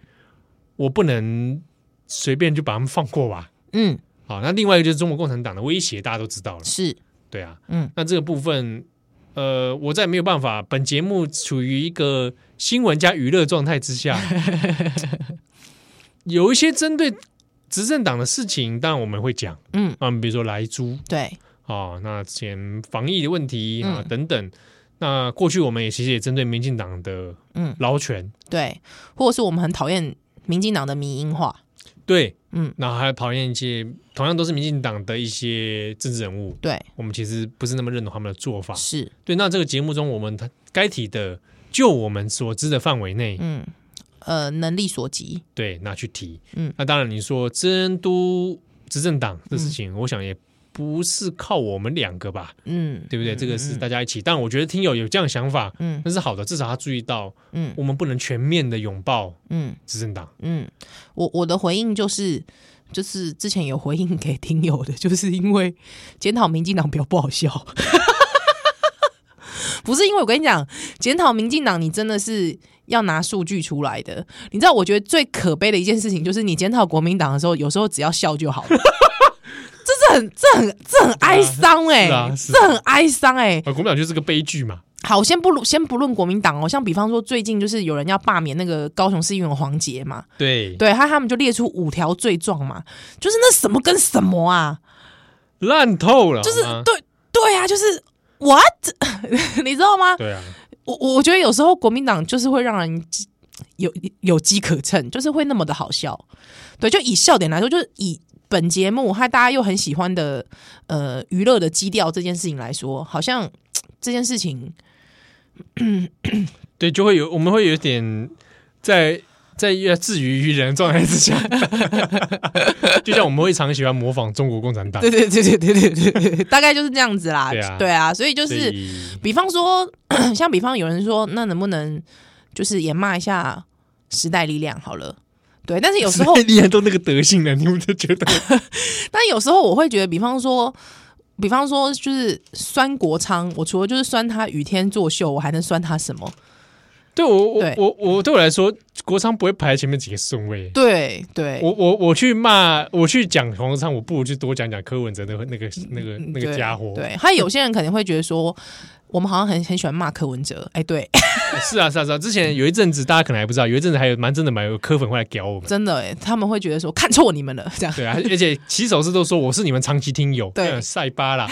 S1: 我不能随便就把他们放过吧。
S2: 嗯，
S1: 好，那另外一个就是中国共产党的威胁，大家都知道了。
S2: 是，
S1: 对啊，
S2: 嗯
S1: 那这个部分，呃，我在没有办法，本节目处于一个新闻加娱乐状态之
S2: (laughs)
S1: 下，有一些针对执政党的事情，当然我们会讲，
S2: 嗯，
S1: 啊，比如说莱猪
S2: 对，
S1: 啊，那之前防疫的问题啊、
S2: 嗯
S1: 等等。那过去我们也其实也针对民进党的
S2: 嗯
S1: 劳权，
S2: 对，或者是我们很讨厌民进党的迷因化，
S1: 对，
S2: 嗯，
S1: 那还讨厌一些同样都是民进党的一些政治人物，
S2: 对，
S1: 我们其实不是那么认同他们的做法。
S2: 是，
S1: 对，那这个节目中我们该提的，就我们所知的范围内，
S2: 嗯，呃，能力所及，
S1: 对，那去提。
S2: 嗯，
S1: 那当然你说监督执政党的事情，我想也不是靠我们两个吧，
S2: 嗯，
S1: 对不对？
S2: 嗯
S1: 这个是
S2: 嗯
S1: 大家一起。但我觉得听友有这样想法，
S2: 嗯
S1: 那是好的，至少他注意到
S2: 嗯
S1: 我们不能全面的拥抱
S2: 嗯
S1: 执政党。
S2: 嗯，我我的回应就是。就是之前有回应给听友的，就是因为检讨民进党比较不好笑， (laughs) 不是因为我跟你讲，检讨民进党你真的是要拿数据出来的。你知道，我觉得最可悲的一件事情就是你检讨国民党的时候，有时候只要笑就好了，这是很这很这很哀伤哎、
S1: 是啊是啊
S2: 这很哀伤哎、
S1: 啊，国民党就是个悲剧嘛。
S2: 好，先不论先不论国民党哦，像比方说最近就是有人要罢免那个高雄市议员黄杰嘛，
S1: 对，
S2: 对他他们就列出五条罪状嘛，就是那什么跟什么啊，
S1: 烂透了，
S2: 就是
S1: 好吗
S2: 对对啊，就是 what，你知 (laughs) 道吗？
S1: 对啊，
S2: 我我我觉得有时候国民党就是会让人机有有机可乘，就是会那么的好笑。对，就以笑点来说，就是以本节目和大家又很喜欢的呃娱乐的基调这件事情来说，好像这件事情
S1: 对，就会有我们会有点在在要自娱于人的状态之 (laughs) 下，就像我们会常喜欢模仿中国共产党，
S2: 对对对对对对对对，大概就是这样子啦。
S1: 啊对啊
S2: 所以就
S1: 所
S2: 是，
S1: 以，
S2: 比方说， (clears throat) 像比方有人说，那能不能就是也骂一下时代力量好了？对，但是有时候
S1: 你都那个德性了，你们就觉得
S2: 但有时候我会觉得，比方说，比方说就是酸国昌，我除了就是酸他雨天作秀，我还能酸他什么？
S1: 对我我
S2: 对
S1: 我我对我来说，国昌不会排前面几个顺位。
S2: 对对，
S1: 我我我去骂，我去讲黄国昌，我嗯不如去多讲讲柯文哲那个那个那个那个
S2: 对
S1: 家伙。
S2: 对，还有些人可能会觉得说，我们好像很很喜欢骂柯文哲，哎，对，
S1: 是啊，是啊，是啊。之前有一阵子，大家可能还不知道，有一阵子还有蛮真的蛮有科粉会来屌我们，
S2: 真的哎，他们会觉得说看错你们了，这
S1: (laughs)
S2: 样
S1: 对啊，而且骑手是都说我是你们长期听友，
S2: 对
S1: 呃塞巴啦。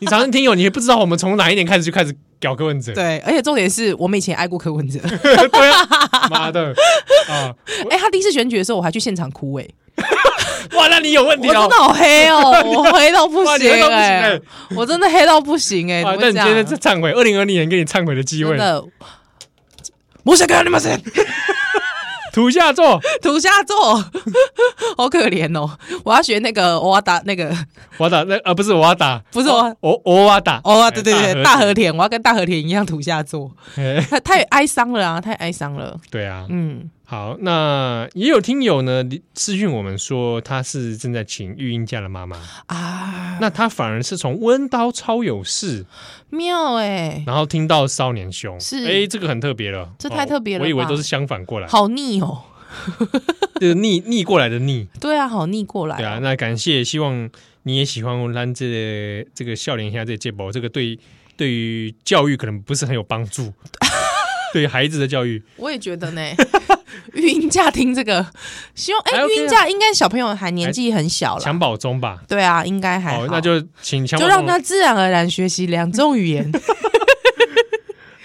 S1: 你长期听友，你也不知道我们从哪一年开始就开始屌柯文哲，
S2: 对，而且重点是我们以前也爱过柯文哲，
S1: (laughs) 对啊，妈的啊！
S2: 哎，他第一次选举的时候我还去现场哭哎，
S1: 哇，那你有问题
S2: 我真
S1: 哦
S2: 的。好黑哦，我黑到不
S1: (laughs) 哇你
S2: 行
S1: 黑到不行
S2: 哎
S1: 哎，
S2: 我真的黑到不行哎，
S1: 啊
S2: 怎，
S1: 那
S2: 么会
S1: 你
S2: 这
S1: 今
S2: 样
S1: 天是忏悔，二零二零年给你忏悔的机
S2: 真
S1: 会，
S2: 的。我想看你们谁
S1: 土下座，
S2: 土下座， (laughs) 好可怜哦！我要学那个欧瓦达，那个
S1: 我要打那啊，不是我要打，
S2: 不是我
S1: 我我要打，
S2: 哦，对对对，大
S1: 河
S2: 和田，我要跟大和田一样土下座，
S1: 哎
S2: 他太哀伤了啊，太哀伤了。
S1: 对啊，
S2: 嗯，
S1: 好，那也有听友呢私讯我们说，他是正在请育婴假的妈妈，
S2: 啊，
S1: 那他反而是从温刀超有事，
S2: 妙哎、
S1: 然后听到少年凶，
S2: 是
S1: 哎，这个很特别了，哦
S2: 这太特别了吧
S1: 我以为都是相反过来，
S2: 好逆哦，
S1: 就是逆逆过来的逆，
S2: 对啊，好逆过来、
S1: 对啊，那感谢，希望你也喜欢我们这个这个笑脸一下这个节目，这个对对于教育可能不是很有帮
S2: (laughs)
S1: 助，对于孩子的教育，
S2: 我也觉得呢。 (laughs) 育婴假听这个，希望哎，
S1: 还
S2: 育
S1: OK 啊
S2: 婴假应该小朋友还年纪很小了，
S1: 襁褓中吧，
S2: 对啊，应该还好，
S1: 好，哦那就请襁褓
S2: 就
S1: 中
S2: 让他自然而然学习两种语
S1: (laughs) 哎
S2: 言。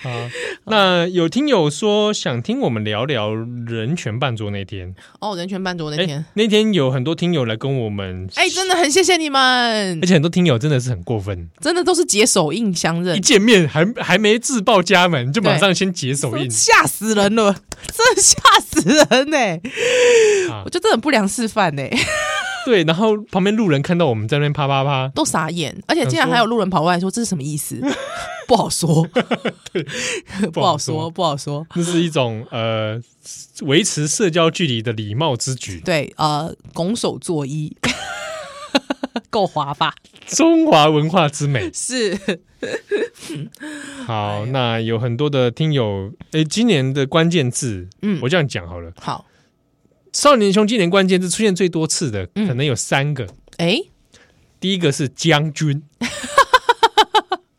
S1: 啊，那有听友说想听我们聊聊人权办桌那天，
S2: 哦，人权班主那
S1: 诶
S2: 天，
S1: 那天有很多听友来跟我们，
S2: 哎、真的很谢谢你们
S1: 而，且很多听友真的是很过分，
S2: 真的都是解手印相
S1: 一
S2: 认，
S1: 见面还还没自报家门，就马上先解手
S2: (laughs)
S1: 印
S2: 吓死人了，真的吓死人呢、
S1: 啊
S2: 我，觉得这很不良示范呢、
S1: 对，然后旁边路人看到我们在那边啪啪啪，
S2: 都傻眼，而且竟
S1: 想
S2: 然
S1: 说
S2: 还有路人跑过来说这是什么
S1: (laughs)
S2: 意思，不好说， (laughs) 不好说，不好说。
S1: 那是一种呃维持社交距离的礼貌之举，
S2: 对，呃，拱手作揖， (laughs) 够滑吧？
S1: 中华文化之
S2: (laughs)
S1: 美。
S2: 是，哎
S1: 好，那有很多的听友，哎，今年的关键字，
S2: 嗯
S1: 我这样讲好了。
S2: 好，
S1: 少年兄今年关键字出现最多次的，
S2: 嗯
S1: 可能有三个。
S2: 哎、
S1: 第一个是将军，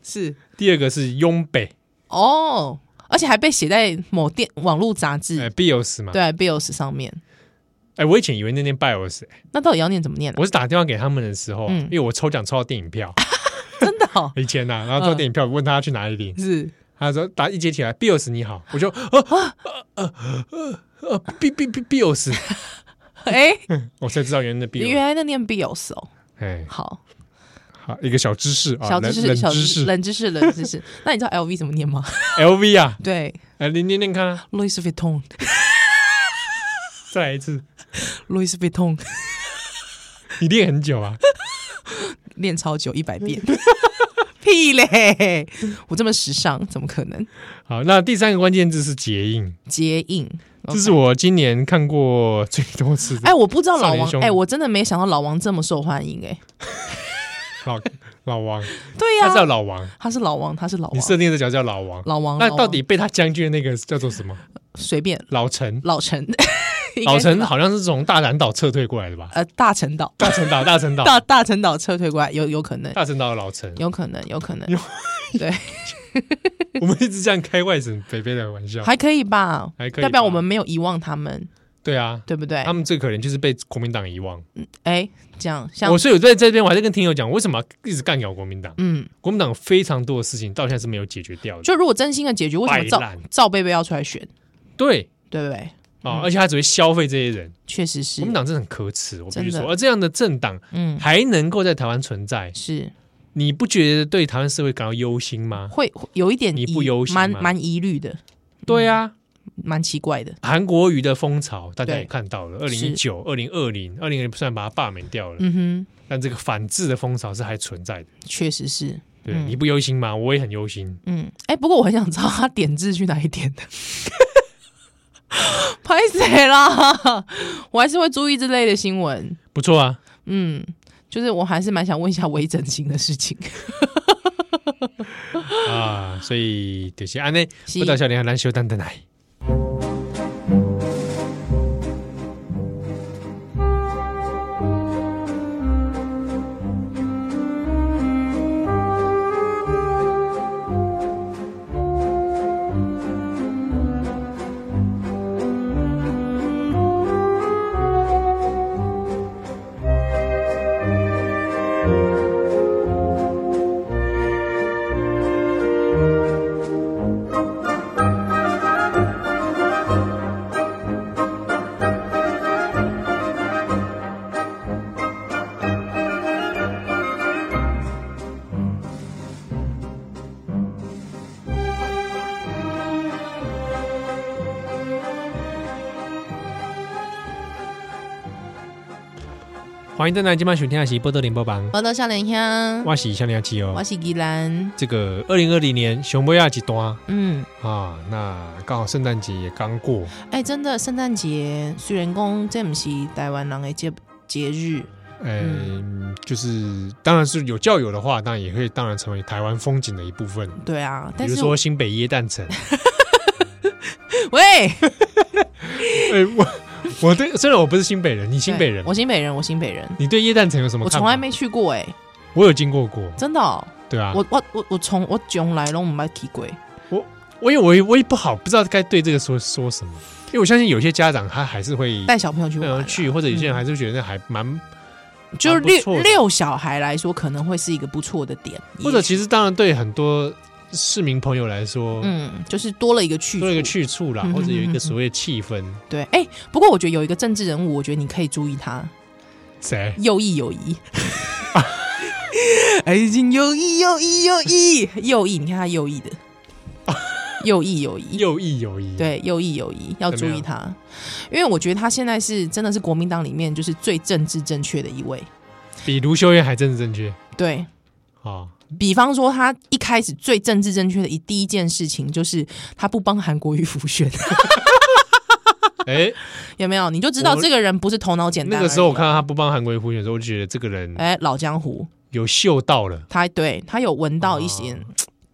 S2: 是
S1: 第二个是雍北，
S2: 哦，而且还被写在某电网络杂志、
S1: 呃，Bios 嘛。
S2: 嗯对 Bills 上面。
S1: 哎，我以前以为那念 Bios，哎
S2: 那到底要念怎么念呢、啊
S1: 我是打电话给他们的时候，
S2: 嗯
S1: 因为我抽奖抽到电影票，
S2: 真的、
S1: (laughs)
S2: 哦、
S1: 以前呐，然后抽电影票，问他去哪里领，
S2: (laughs) 是
S1: 他说打一接起来，Bios 你好，我就呃呃呃呃呃 B B B Bios，
S2: 哎、
S1: 我才知道原来的 Bios，
S2: 原来那念 Bills 哦。
S1: 哎，
S2: 好，
S1: 好一个小知识啊，
S2: 小知识，
S1: 冷
S2: 小
S1: 冷知识
S2: 冷知识，冷知识。那你知道 LV 怎么念吗？
S1: ，LV 啊，
S2: (laughs) 对
S1: 来你念念看啊，
S2: ，Louis (laughs) Vuitton，Louis
S1: 再来一次，
S2: Vuitton。 (laughs)
S1: 你练很久啊， (laughs)
S2: 练超久一百 (laughs) 遍，屁嘞！ (laughs) 我这么时尚，怎么可能？
S1: 好，那第三个关键字是结印，
S2: 接应，
S1: 这是我今年看过最多次的
S2: 哎，我不知道老
S1: 少年
S2: 王
S1: 兄，
S2: 哎，我真的没想到老王这么受欢迎，哎，
S1: 老 (laughs) 老王，
S2: 对
S1: 他叫
S2: 呀，
S1: 老王，
S2: 他是老王，他是老
S1: 你
S2: 王，
S1: 设定的角叫老王。
S2: 老王，哦
S1: 那
S2: 老王
S1: 到底被他将军的那个叫做什么？
S2: 随便
S1: 老陈，
S2: 老陈，应该
S1: 老
S2: 是
S1: 陈好像是从大南岛撤退过来的吧？
S2: 呃大陈岛
S1: 大陈
S2: (laughs)
S1: 岛，大陈岛，
S2: 大大陈岛撤退过来，有有可能，
S1: 大陈岛的老陈。
S2: 有可能，有可能，
S1: 我们一直这样开外省北北的玩笑，
S2: 还可以吧？
S1: 还可以吧。
S2: 代表我们没有遗忘他们，
S1: 对啊，
S2: 对不对
S1: 他？们最可怜就是被国民党遗忘。
S2: 哎，这样像
S1: 我所以我在这边我还在跟听友讲，为什么一直干掉国民党？
S2: 嗯，
S1: 国民党有非常多的事情到现在是没有解决掉的。
S2: 就如果真心的解决，为什么
S1: 摆
S2: 赵
S1: 烂
S2: 赵贝贝要出来选？
S1: 对
S2: 对不对？
S1: 啊，
S2: 嗯
S1: 而且他只会消费这些人。
S2: 确实是
S1: 国民，党真的很可耻，我必须
S2: 真的
S1: 说。而这样的政党
S2: 嗯，
S1: 还能够在台湾存在，
S2: 是
S1: 你不觉得对台湾社会感到忧心吗？
S2: 会会有一点
S1: 你
S2: 疑
S1: 不忧心
S2: 蛮
S1: 吗
S2: 蛮疑虑的，
S1: 对啊，
S2: 蛮奇怪的。
S1: 韩国瑜的风潮大家也
S2: 对
S1: 看到了，二零一
S2: 是
S1: 九、二零二零、二零二零虽然把它罢免掉了，
S2: 嗯
S1: 但这个反制的风潮是还存在的。
S2: 哼，确实是。
S1: 对，
S2: 嗯
S1: 你不忧心吗？我也很忧心。
S2: 嗯，哎、不过我很想知道他点字去哪里点的。拍谁啦？我还是会注意这类的新闻。
S1: 不错
S2: (gasps)
S1: 啊，
S2: 嗯，就是我还是蛮想问一下微整形的事情。
S1: 啊，所以就是安内，
S2: 是
S1: 不到小林咱修蛋蛋来。欢迎再来今晚收听的是波多林播榜，
S2: (laughs) 我到笑脸乡，
S1: 我是向良七
S2: 嗯我
S1: 哦。
S2: 是宜兰，
S1: 这个二零二零年熊博亚几段啊，
S2: 嗯，
S1: 那刚好圣诞节也刚过，
S2: 哎、真的圣诞节虽然讲这不是台湾人的节节日，
S1: 嗯，就是当然是有教友的话，当然也会当然成为台湾风景的一部分，
S2: 对啊，
S1: 比
S2: 但
S1: 如
S2: 是
S1: 说新北耶诞
S2: (laughs)
S1: 城。
S2: 喂，
S1: 哎，我我对虽然我不是新北人，你新北人
S2: (laughs) 对，我新北人，我新北人，
S1: 你对耶诞城有什么
S2: 我
S1: 看法？
S2: 从来，没去过哎、
S1: 我有经过过，
S2: 真的、哦，
S1: 对啊，嗯我
S2: 我我我我从我从来都没去过，
S1: 我也我也我也不好，不知道该对这个说说什么，因为我相信有些家长他还是会
S2: 带小朋友去玩、
S1: 呃
S2: 啊，
S1: 去，或者有些人还是觉得还蛮，
S2: 就
S1: 蛮不错的
S2: 六六小孩来说，可能会是一个不错的点，
S1: 或者
S2: 也许
S1: 其实当然对很多市民朋友来说，
S2: 嗯，就是多了一个去处，
S1: 多一个去处啦
S2: 嗯，
S1: 或者有一
S2: 嗯嗯
S1: 个
S2: 嗯
S1: 所谓的气氛，
S2: 对，哎、不过我觉得有一个政治人物，我觉得你可以注意他，
S1: 谁？
S2: 右翼
S1: (laughs)
S2: 友谊。爱情右翼，右翼，右翼，右翼，你看他右
S1: (laughs)
S2: 翼的，右翼友谊，
S1: 右翼友谊，，
S2: 嗯对，右翼友谊要
S1: 怎
S2: 注
S1: 么
S2: 意
S1: 样
S2: 他，因为我觉得他现在是真的是国民党里面就是最政治正确的一位。
S1: 比卢修渊还政治正确
S2: 对
S1: 啊，
S2: (laughs) 比方说，他一开始最政治正确的一第一件事情就是他不帮韩国瑜浮选，
S1: 哎，
S2: 有没有？你就知道
S1: 我
S2: 这个人不是头脑简单而已。
S1: 那个时候我看到他不帮韩国瑜呼选的时候，我就觉得这个人
S2: 哎，老江湖，
S1: 有嗅到了。
S2: 他对他有闻到一些、
S1: 哦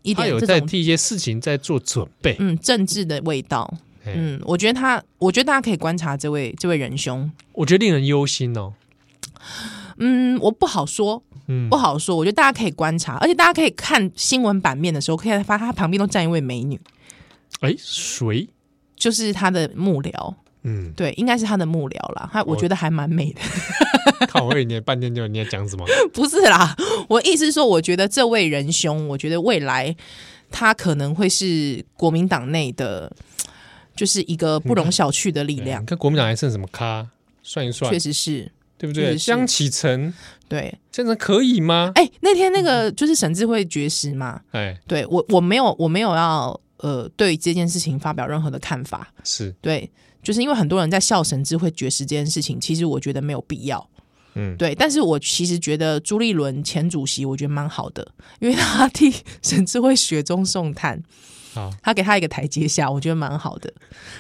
S2: 一
S1: 他
S2: 点
S1: 有
S2: 这
S1: 在
S2: 种
S1: 替一些事情在做准备。
S2: 嗯政治的味道。
S1: 嗯，
S2: 嗯，我觉得他，我觉得大家可以观察这位这位仁兄。
S1: 我觉得令人忧心哦。
S2: 嗯，我不好说，
S1: 嗯
S2: 不，好说。我觉得大家可以观察，而且大家可以看新闻版面的时候，可以发现他旁边都站一位美女，
S1: 哎，谁？
S2: 就是他的幕僚。 (laughs)，
S1: 嗯
S2: 对，应该是他的幕僚啦。他我
S1: 我
S2: 觉得还蛮美的，
S1: 看我以为你半天就你在讲什么？
S2: 不是啦。我意思是说，我觉得这位仁兄，我觉得未来他可能会是国民党内的，就是一个不容小觑的力
S1: 对啊
S2: 量
S1: 你。看国民党还剩什么咖？算一算
S2: 确，实是，
S1: 对不
S2: 确
S1: 对？
S2: 实是
S1: 江启臣，
S2: 对。
S1: 这人可以吗？
S2: 哎、那天那个就是沈智慧绝食嘛，
S1: 哎，
S2: 对我我没有我没有要呃对这件事情发表任何的看法，
S1: 是，
S2: 对，就是因为很多人在笑神智慧绝食这件事情，其实我觉得没有必要，
S1: 嗯，
S2: 对，但是我其实觉得朱立伦前主席我觉得蛮好的，因为他替 (laughs) 沈智慧雪中送炭，
S1: 好，
S2: 他给他一个台阶下，我觉得蛮好的，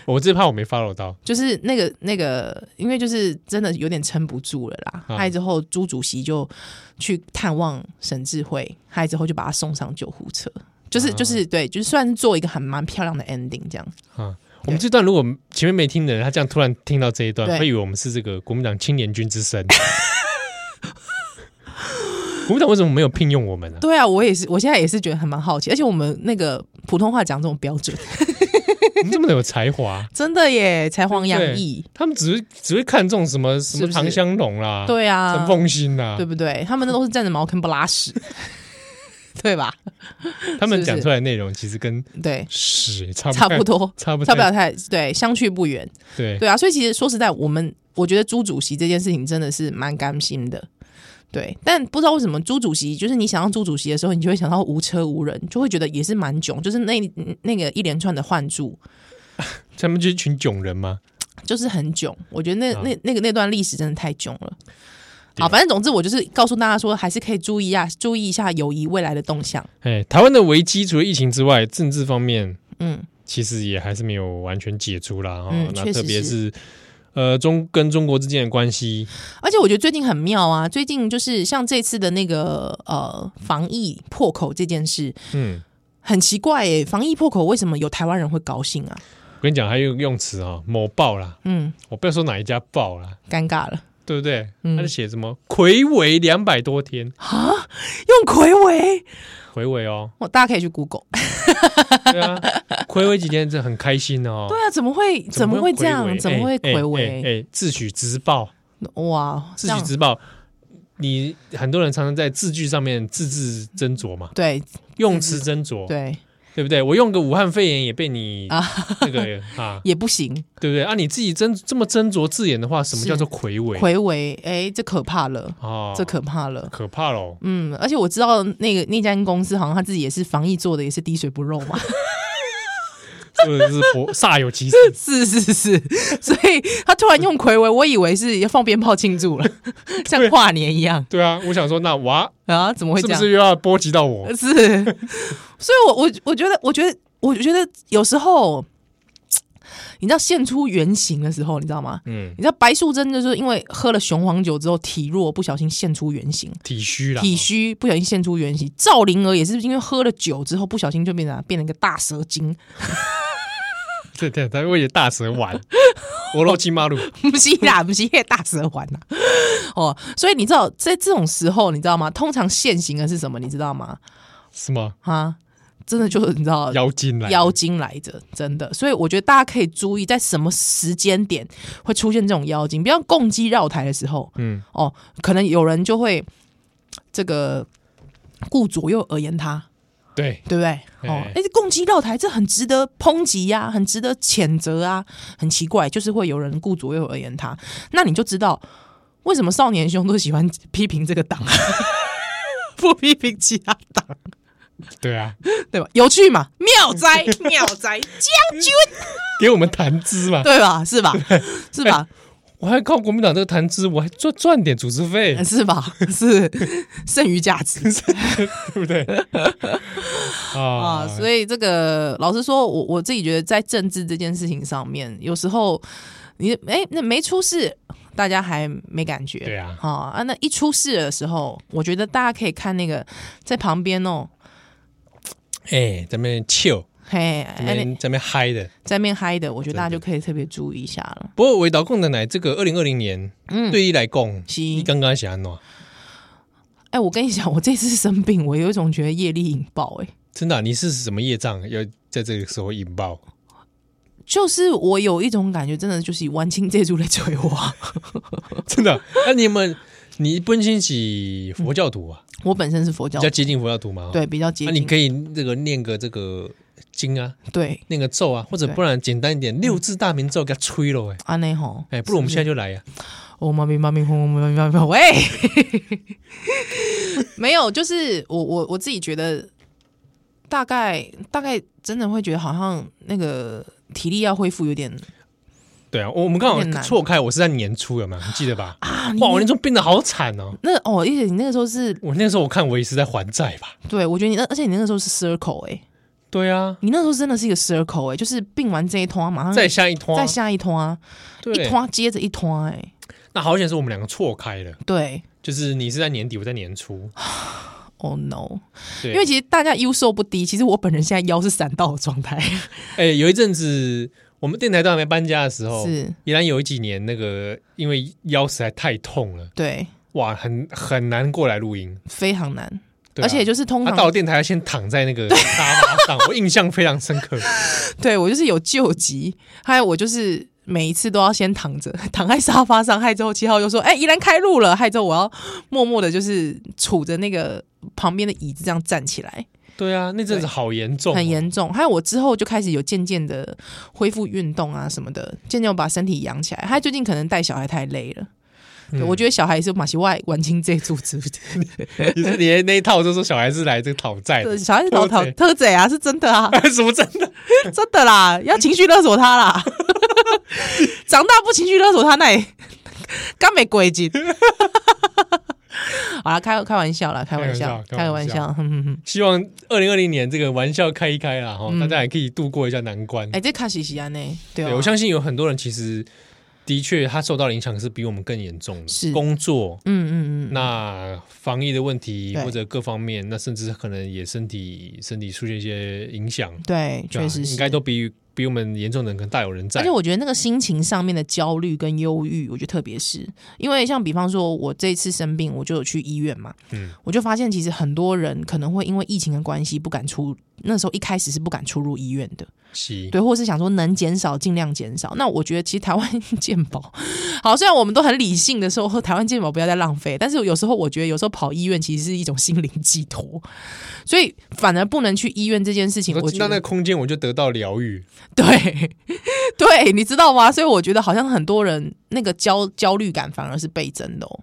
S1: 我最怕我没 follow 到。
S2: 就是那个那个，因为就是真的有点撑不住了啦，
S1: 啊
S2: 害之后朱主席就去探望沈智慧，害之后就把他送上救护车。就是
S1: 啊
S2: 就是对，就是算是做一个很蛮漂亮的 ending 这样。
S1: 我们这段如果前面没听的人，他这样突然听到这一段，
S2: 对
S1: 会以为我们是这个国民党青年军之声。 (laughs) 国民党为什么没有聘用我们呢、
S2: 对啊，我也是，我现在也是觉得很蛮好奇，而且我们那个普通话讲这种标准，
S1: 我
S2: (laughs)
S1: 们这么的有才华，
S2: 真的耶，才华
S1: 对
S2: 洋
S1: 不对
S2: 溢。
S1: 他们只会只会看中什么什么
S2: 是不是
S1: 唐香龙啦，
S2: 对啊，
S1: 陈凤新啦
S2: 对，不对？他们都是站着茅坑不拉屎， (laughs) 对吧？
S1: 他们
S2: 是不是
S1: 讲出来的内容其实跟
S2: 对，
S1: 屎差
S2: 差不
S1: 多，
S2: 多，
S1: 差不
S2: 差不
S1: 多，
S2: 了太对，相去不远。
S1: 对，
S2: 对啊，所以其实说实在，我们我觉得朱主席这件事情真的是蛮甘心的。对，但不知道为什么朱主席，就是你想到朱主席的时候，你就会想到无车无人，就会觉得也是蛮囧，就是那嗯那个一连串的换注，
S1: 他们就是一群囧人嘛。
S2: 就是很囧。我觉得那、
S1: 啊
S2: 那那个那段历史真的太囧了。
S1: 对
S2: 好，反正总之我就是告诉大家说，还是可以注意一下，注意一下友谊未来的动向。
S1: 哎，台湾的危机除了疫情之外，政治方面
S2: 嗯，
S1: 其实也还是没有完全解除啦。哈、
S2: 嗯
S1: 那
S2: 确实
S1: 特别
S2: 是
S1: 是呃中跟中国之间的关系，
S2: 而且我觉得最近很妙啊，最近就是像这次的那个呃防疫破口这件事，
S1: 嗯，
S2: 很奇怪耶、防疫破口为什么有台湾人会高兴啊？
S1: 我跟你讲，还有一个用词哈、某报啦，
S2: 嗯，
S1: 我不要说哪一家报啦，
S2: 尴尬了，
S1: 对不对？
S2: 嗯
S1: 他就写什么魁违两百多天，
S2: 用魁违，
S1: 魁违哦，
S2: 我大家可以去 Google。
S1: 对啊， (laughs) 魁违几天这很开心哦。
S2: 对啊，怎么会怎么会这样？怎么会魁
S1: 哎、哎
S2: 违？
S1: 哎自诩自爆，
S2: 哎哇，
S1: 自
S2: 这
S1: 诩
S2: 样
S1: 自爆。你很多人常常在字句上面字字斟酌嘛，
S2: 对
S1: 用词斟酌，
S2: 对
S1: 对不对？我用个武汉肺炎也被你
S2: 啊
S1: 那个啊，
S2: 也不行，
S1: 对不对？啊，你自己斟这么斟酌字眼的话，什么
S2: 是
S1: 叫做魁违？
S2: 魁违，哎，这可怕了，
S1: 啊，
S2: 这可怕了。
S1: 可怕喽！
S2: 嗯，而且我知 (laughs) 道那个那间公司好像他自己也是防疫做的也是滴水不漏嘛，
S1: 或者是火煞有其事。
S2: 是是是，所以他突然用魁违，我以为是要放鞭炮庆祝 (laughs) 了，像跨年一样
S1: 对啊，我想说，那哇，
S2: 啊？怎么会
S1: 是
S2: 这
S1: 不
S2: 样？呃
S1: 是又要波及到我？
S2: 是，所以我我我觉得，我觉得，我觉得有时候，你知道现出原形的时候，你知道吗？
S1: 嗯，
S2: 你知道白素贞就是因为喝了雄黄酒之后体弱，不小心现出原形，
S1: 体虚啦，
S2: 体虚不小心现出原形。赵灵儿也是因为喝了酒之后，不小心就变成变成一个大蛇精， (laughs)
S1: 对对，他为大蛇
S2: (laughs)
S1: 丸，我罗基马路，
S2: 不是啦，不是夜大蛇丸啦。哦，所以你知道在这种时候，你知道吗？通常现行的是什么？你知道吗？
S1: 什么
S2: 啊，真的就是你知道
S1: 妖精来？
S2: 妖精来着，真的。所以我觉得大家可以注意，在什么时间点会出现这种妖精，比方共机绕台的时候，
S1: 嗯，
S2: 哦，可能有人就会这个顾左右而言他，
S1: 对，
S2: 对不对？哦
S1: 哎，
S2: 但是共机绕台这很值得抨击呀、很值得谴责啊，很奇怪，就是会有人顾左右而言他。那你就知道为什么少年兄都喜欢批评这个党，啊 (laughs) 不批评其他党，
S1: 对啊，
S2: 对吧？有趣嘛？妙哉，妙哉，将军，
S1: 给我们谈资 (laughs) 嘛。
S2: 对吧？是吧？是吧？ (laughs)
S1: 我还靠国民党这个谈资，我还赚赚点组织费，
S2: 是吧？是剩余价值。
S1: (laughs) 对不
S2: (laughs)
S1: 对？啊
S2: 啊，所以这个老实说，我我自己觉得在政治这件事情上面，有时候你哎、那没出事，大家还没感觉，
S1: 对啊
S2: 啊啊，那一出事的时候，我觉得大家可以看那个在旁边哦，
S1: 哎，咱们 chill，
S2: 嘿，
S1: 咱
S2: 哎
S1: 们咱们嗨的。
S2: 在面嗨的，我觉得大家就可以特别注意一下了。
S1: 不过，围导共的奶这个二零二零年，
S2: 嗯
S1: 对一来共，
S2: 是
S1: 你刚刚想安喏，
S2: 哎、我跟你讲，我这次生病，我有一种觉得业力引爆、哎，
S1: 真的啊、你是什么业障要在这个时候引爆？ (laughs)
S2: 就是我有一种感觉，真的就是晚清这族来追我。啊
S1: 真的啊、那、你们你本身是佛教徒啊，
S2: 我本身是佛教
S1: 比较，接近佛教徒嘛？哦，
S2: 哦对，比较接
S1: 那、
S2: 近，
S1: 你可以这个念个这个经啊，
S2: 对，
S1: 念个咒啊，或者
S2: 对
S1: 不然简单一点，六字大明咒给它吹了哎、
S2: 安内啊吼，
S1: 哎，不如我们
S2: 是
S1: 现在就来呀、
S2: 我妈咪妈咪轰，我妈咪妈咪轰喂， (laughs) 没有，就是我我我自己觉得，大概大概真的会觉得好像那个体力要恢复有点
S1: 对啊，我我们刚
S2: 有点
S1: 好
S2: 难
S1: 错开，我是在年初有没有？你记得吧？
S2: 啊，你
S1: 哇，我那时候病得好惨哦！
S2: 那哦，而且你那个时候是
S1: 我那时候我看我也是在还债吧？
S2: 对我觉得你那，而且你那个时候是 circle 哎、
S1: 对啊，
S2: 你那时候真的是一个 circle 哎、就是病完这一通啊，马上
S1: 再下一拖，
S2: 再下一通啊，一
S1: 对，
S2: 通接着一通哎、
S1: 那好险是我们两个错开了，
S2: 对
S1: 就是你是在年底，我在年初，
S2: ，Oh no，
S1: 对，
S2: 因为其实大家腰瘦不低，其实我本人现在腰是闪到的状态，
S1: 哎、有一阵子我们电台都还没搬家的时候，
S2: 是
S1: 依然有几年那个因为腰实在太痛了，
S2: 对，
S1: 哇，很很难过来录音，
S2: 非常难。
S1: 对啊、
S2: 而且就是通
S1: 他
S2: 常
S1: 到了电台，他先躺在那个沙发上，我印象非常深
S2: (laughs)
S1: 刻。
S2: 对我就是有救急，还有我就是每一次都要先躺着， (laughs) 躺在沙发上，害之后七号又说：“哎、依然开路了。”害之后我要默默的，就是杵着那个旁边的椅子这样站起来，
S1: 对啊，那阵子好严重、哦
S2: 很。严重。还有我之后就开始有渐渐的恢复运动啊什么的，渐渐我把身体养起来。他最近可能带小孩太累了。对，
S1: 嗯
S2: 我觉得小孩是马戏外晚清这组织，
S1: (laughs) 你是连那一套都说小孩子来这个讨债的，
S2: 小孩是老讨
S1: 哎偷贼
S2: 特贼啊，是真的啊，
S1: (laughs) 什么真的？
S2: 真的啦，要情绪勒索他啦。长大不情绪勒索他，那也刚没规矩。 (laughs) 好啦，开开玩笑啦，开玩笑，
S1: 开玩笑开玩笑
S2: 开个玩笑。嗯哼哼哼
S1: 希望二零二零年这个玩笑开一开啦，
S2: 嗯
S1: 哈、大家也可以度过一下难关。
S2: 哎、这卡西西安呢？对
S1: 对
S2: 啊，
S1: 我相信有很多人其实的确他受到的影响是比我们更严重的，
S2: 是
S1: 工作。
S2: 嗯嗯嗯，
S1: 那防疫的问题
S2: 对
S1: 或者各方面，那甚至可能也身体身体出现一些影响，
S2: 对，
S1: 对啊
S2: 确实是。
S1: 应该都比比我们严重的人可能大有人在
S2: 而且。我觉得那个心情上面的焦虑跟忧郁，我觉得特别是因为像比方说，我这次生病，我就有去医院嘛，
S1: 嗯
S2: 我就发现其实很多人可能会因为疫情的关系不敢出，那时候一开始是不敢出入医院的，
S1: 是
S2: 对，或是想说能减少尽量减少。那我觉得其实台湾 (laughs) 健保，好，虽然我们都很理性的说台湾健保不要再浪费，但是有时候我觉得有时候跑医院其实是一种心灵寄托，所以反而不能去医院这件事情，
S1: 我
S2: 我
S1: 进
S2: 觉
S1: 到那
S2: 得
S1: 个空间，我就得到疗愈。
S2: 对对，你知道吗？所以我觉得好像很多人那个焦焦虑感反而是倍增的、哦。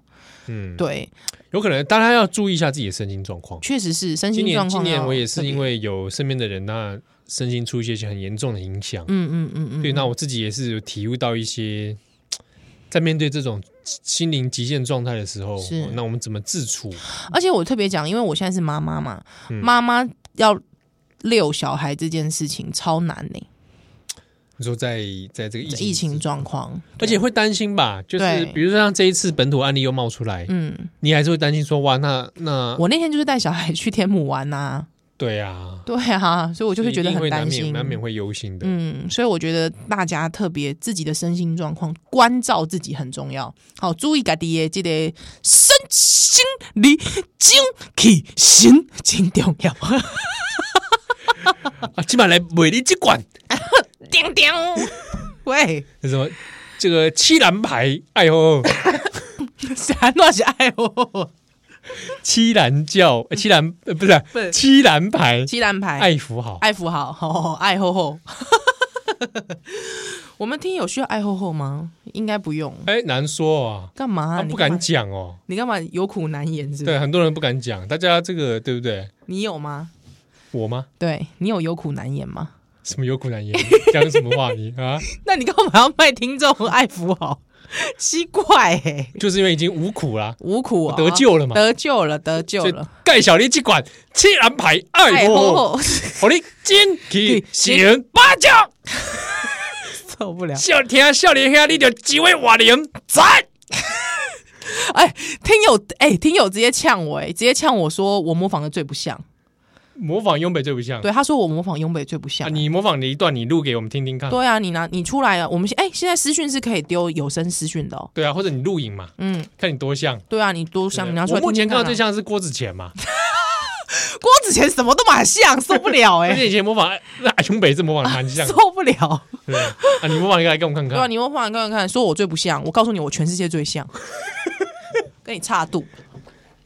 S1: 嗯，
S2: 对，
S1: 有可能，当然要注意一下自己的身心状况。
S2: 确实是身
S1: 今
S2: 心
S1: 年
S2: 状
S1: 今
S2: 况要特别。
S1: 年我也是因为有身边的人，那身心出一些很严重的影响。
S2: 嗯嗯嗯嗯，
S1: 对，那我自己也是有体悟到一些，在面对这种心灵极限状态的时候
S2: 是，
S1: 那我们怎么自处？
S2: 而且我特别讲，因为我现在是妈妈嘛，
S1: 嗯
S2: 妈妈要遛小孩这件事情超难呢、
S1: 你说在在这个疫情
S2: 疫情，状况，
S1: 而且会担心吧？就是
S2: 对
S1: 比如说像这一次本土案例又冒出来，
S2: 嗯，
S1: 你还是会担心说，哇，那那
S2: 我那天就是带小孩去天母玩呐、
S1: 对啊，
S2: (laughs) 对啊，所以我就会觉得
S1: 一定
S2: 很
S1: 难
S2: 担
S1: 免
S2: 心，
S1: 难免会忧心的。
S2: 嗯，所以我觉得大家特别自己的身心状况，关照自己很重要。好，注意家己的这个身心理精气神真重要。 (laughs)
S1: 啊，起码来美丽之管，
S2: 叮叮，喂， (laughs)
S1: 那什么这个七蓝牌，哎呦，
S2: 啥那是爱哦？
S1: 七蓝教，呃七蓝呃不是啊
S2: 嗯不是
S1: 七蓝牌，
S2: 七兰牌，
S1: 爱福好，
S2: 爱福好， (laughs) 吼、爱吼吼。 (laughs) 我们听友需要爱吼吼吗？应该不用。
S1: 哎，难说啊，
S2: 干嘛、
S1: 他
S2: 你
S1: 不
S2: 干嘛
S1: 敢讲哦。
S2: 你干嘛有苦难言是不是？
S1: 对，很啊多人不敢讲，大家这个对不对？
S2: 你有吗？
S1: 我吗？
S2: 对你有有苦难言吗？ (laughs)
S1: 什么有苦难言？讲什么话你啊？
S2: 那你干嘛要卖听众爱福好？ (laughs) 奇怪哎、
S1: 就是因为已经无苦啦，
S2: 无苦、啊、
S1: 哦得救了嘛
S2: 得救了，得救
S1: 所以
S2: 了。
S1: 盖小林之管，七蓝牌，哎
S2: 爱
S1: 呦，
S2: 吼吼，
S1: 我的金体
S2: 对
S1: 行八角，
S2: (laughs) 受不了！
S1: 笑天笑脸下你就几位瓦林在。
S2: 哎，听友哎、听友直接呛我哎、直接呛我说我模仿的最不像。
S1: 模仿雍北最不像，
S2: 对，他说我模仿雍北最不像、
S1: 啊，你模仿的一段，你录给我们听听看。
S2: (laughs) 对啊，你拿你出来了，我们现哎、现在私讯是可以丢有声私讯的、哦。
S1: 对啊，或者你录影嘛，
S2: 嗯，
S1: 看你多像。
S2: 对啊，你多
S1: 对
S2: 想
S1: 不
S2: 你
S1: 对
S2: 拿出
S1: 我
S2: 来听
S1: 目前
S2: 听
S1: 看
S2: 看
S1: 到
S2: 啊、
S1: 最像的是郭子乾嘛，
S2: 郭子乾什么都蛮像，受不了
S1: (laughs)
S2: 哎、
S1: 而且以前模仿那阿雄北是模仿的蛮
S2: (laughs)
S1: 像的，
S2: 受不了。
S1: 对啊，啊你模仿一个来给我们看
S2: 对啊，
S1: 看。
S2: 你模仿看看，说我最不像，我告诉你，我全世界
S1: (laughs)
S2: 最像，跟你差度。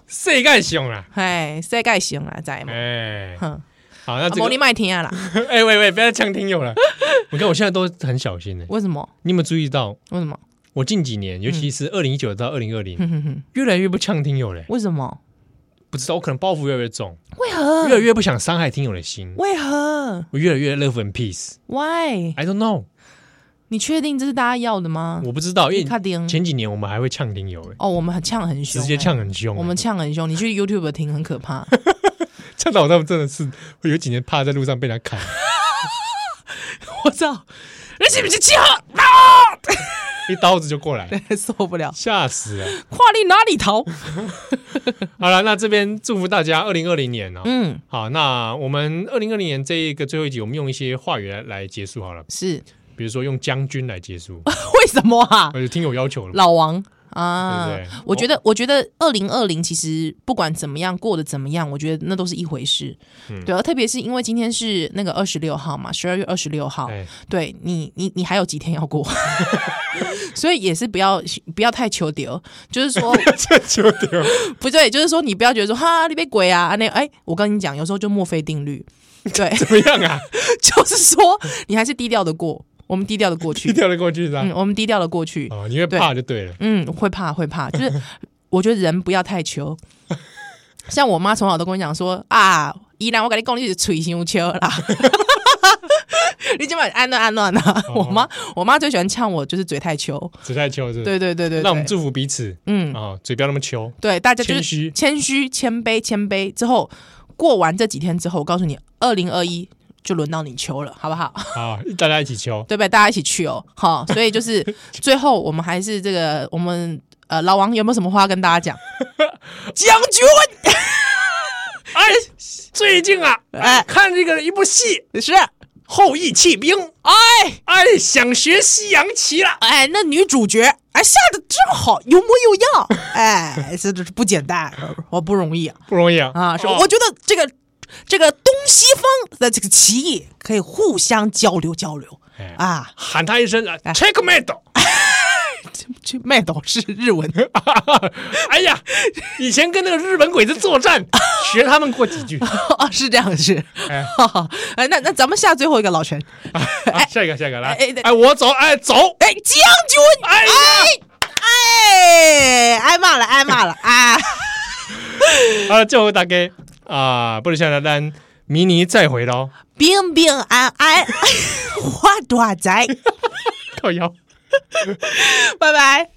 S1: 谁干熊啊？
S2: 哎，世界行啊，在吗？
S1: 哎，
S2: 哼，
S1: 好，那
S2: 啊
S1: 这
S2: 魔力
S1: 个，
S2: 麦听啊啦，
S1: (laughs) 哎喂喂，不要呛听友了。 (laughs) 我看我现在都很小心呢。欸
S2: 为什么？
S1: 你有没有注意到？
S2: 为什么？ (laughs)
S1: 我近几年，尤其是二零一九到二零二零，
S2: 哼哼哼，
S1: 越来越不呛听友嘞。
S2: 为什么？
S1: 不知道，我可能包袱越来越重，
S2: 为何
S1: 越？来越不想伤害听友的心。
S2: 为何
S1: 我越来越 love and peace。
S2: ？Why？
S1: I don't know，
S2: 你确定这是大家要的吗？
S1: 我不知道，因
S2: 你
S1: 为
S2: 看嗯丁
S1: 前几年我们还会呛听友，哎，
S2: 哦，我们很呛很凶，哎
S1: 直接呛很凶，欸
S2: 我们呛很凶，你去 YouTube 听很可怕。
S1: 呛到我他们真的是会有几年怕在路上被人家砍，
S2: 我操，你是不是气喝？
S1: 一刀子就过来，
S2: (laughs) 受不了，
S1: 吓死了。
S2: 跨你哪里逃？
S1: 好了，那这边祝福大家二零二零年哦。
S2: 嗯，
S1: 好，那我们二零二零年这一个最后一集，我们用一些话语来来结束好了，
S2: 是
S1: 比如说用将军来结
S2: (laughs)
S1: 束，
S2: 为什么啊？
S1: 我就听有要求了嘛。
S2: 老王啊，
S1: 哎对不对哦
S2: 我觉得，我觉得二零二零其实不管怎么样过得怎么样，我觉得那都是一回事。
S1: 嗯
S2: 对，而特别是因为今天是那个二十六号嘛，十二月二十六号，
S1: 哎， (laughs)
S2: 对你，你你还有几天要过，所以也是不要不要太求丢，就是
S1: (laughs)
S2: 说
S1: 这就丢。
S2: 不对，就是说你不要觉得说哈你被鬼啊啊那哎，我跟你讲，有时候就墨菲定律，对，
S1: 怎么样啊？ (laughs)
S2: (laughs) 就是说你还是低调的过，我们低调的过
S1: 你
S2: 去，
S1: 跳得过去是吧
S2: 嗯，？我们低调的过去，
S1: 哦，你会怕就对了。
S2: 嗯，会怕会怕，就是我觉得人不要
S1: (laughs)
S2: 太求。像我妈从小都跟我讲说啊，依然我跟你讲你是吹胸秋
S1: (laughs)
S2: 啦， (laughs) 你今晚安暖安暖
S1: 哦
S2: 啊！我妈我妈最喜欢呛我，就是嘴太秋。
S1: 只在秋是不是。
S2: 对对对对对，
S1: 那我们祝福彼此
S2: 嗯，
S1: 啊，嘴不要那么秋。
S2: 对大家就
S1: 谦
S2: 是
S1: 虚，
S2: 谦虚、谦卑、谦卑之后，过完这几天之后，我告诉你，二零二一就轮到你秋了，好不好？
S1: 好，啊大家一起秋。
S2: 对不对？大家一起去哦，
S1: (laughs)
S2: 好，所以就是最后我们还是这个我们呃老王有没有什么话要跟大
S1: (laughs)
S2: 家讲？将军
S1: 哎，最近啊，
S2: 哎
S1: 看这个一部戏《
S2: (laughs) 是
S1: 后羿弃兵》，
S2: 哎
S1: 哎，想学西洋棋了。
S2: 哎，那女主角哎下的真好，有模有
S1: (laughs)
S2: 样，哎，这这是不简单，我不容易啊，
S1: 不容易啊！
S2: 啊，是、
S1: 哦
S2: 我觉得这个这个东西方的这个棋艺可以互相交流交流
S1: 哎
S2: 啊，
S1: 喊他一声啊，checkmate！
S2: 去麦岛是日文。 (laughs)
S1: 哎呀，以前跟那个日本鬼子作
S2: (laughs)
S1: 战，学他们过几句。
S2: 哦，是这样是，
S1: 哎
S2: (laughs) 哎，那那咱们下最后一个老陈，
S1: 啊好，下一个，下一个来
S2: 哎哎，
S1: 哎，我走，哎，走，
S2: 哎，将军，
S1: 哎呀
S2: 哎哎，哎，挨骂了，挨骂了啊！ (laughs)
S1: 啊，最后大家啊，不如下来咱明年再回喽，
S2: 平平安安， (laughs) 花大财，
S1: 靠腰。
S2: (laughs) 拜拜。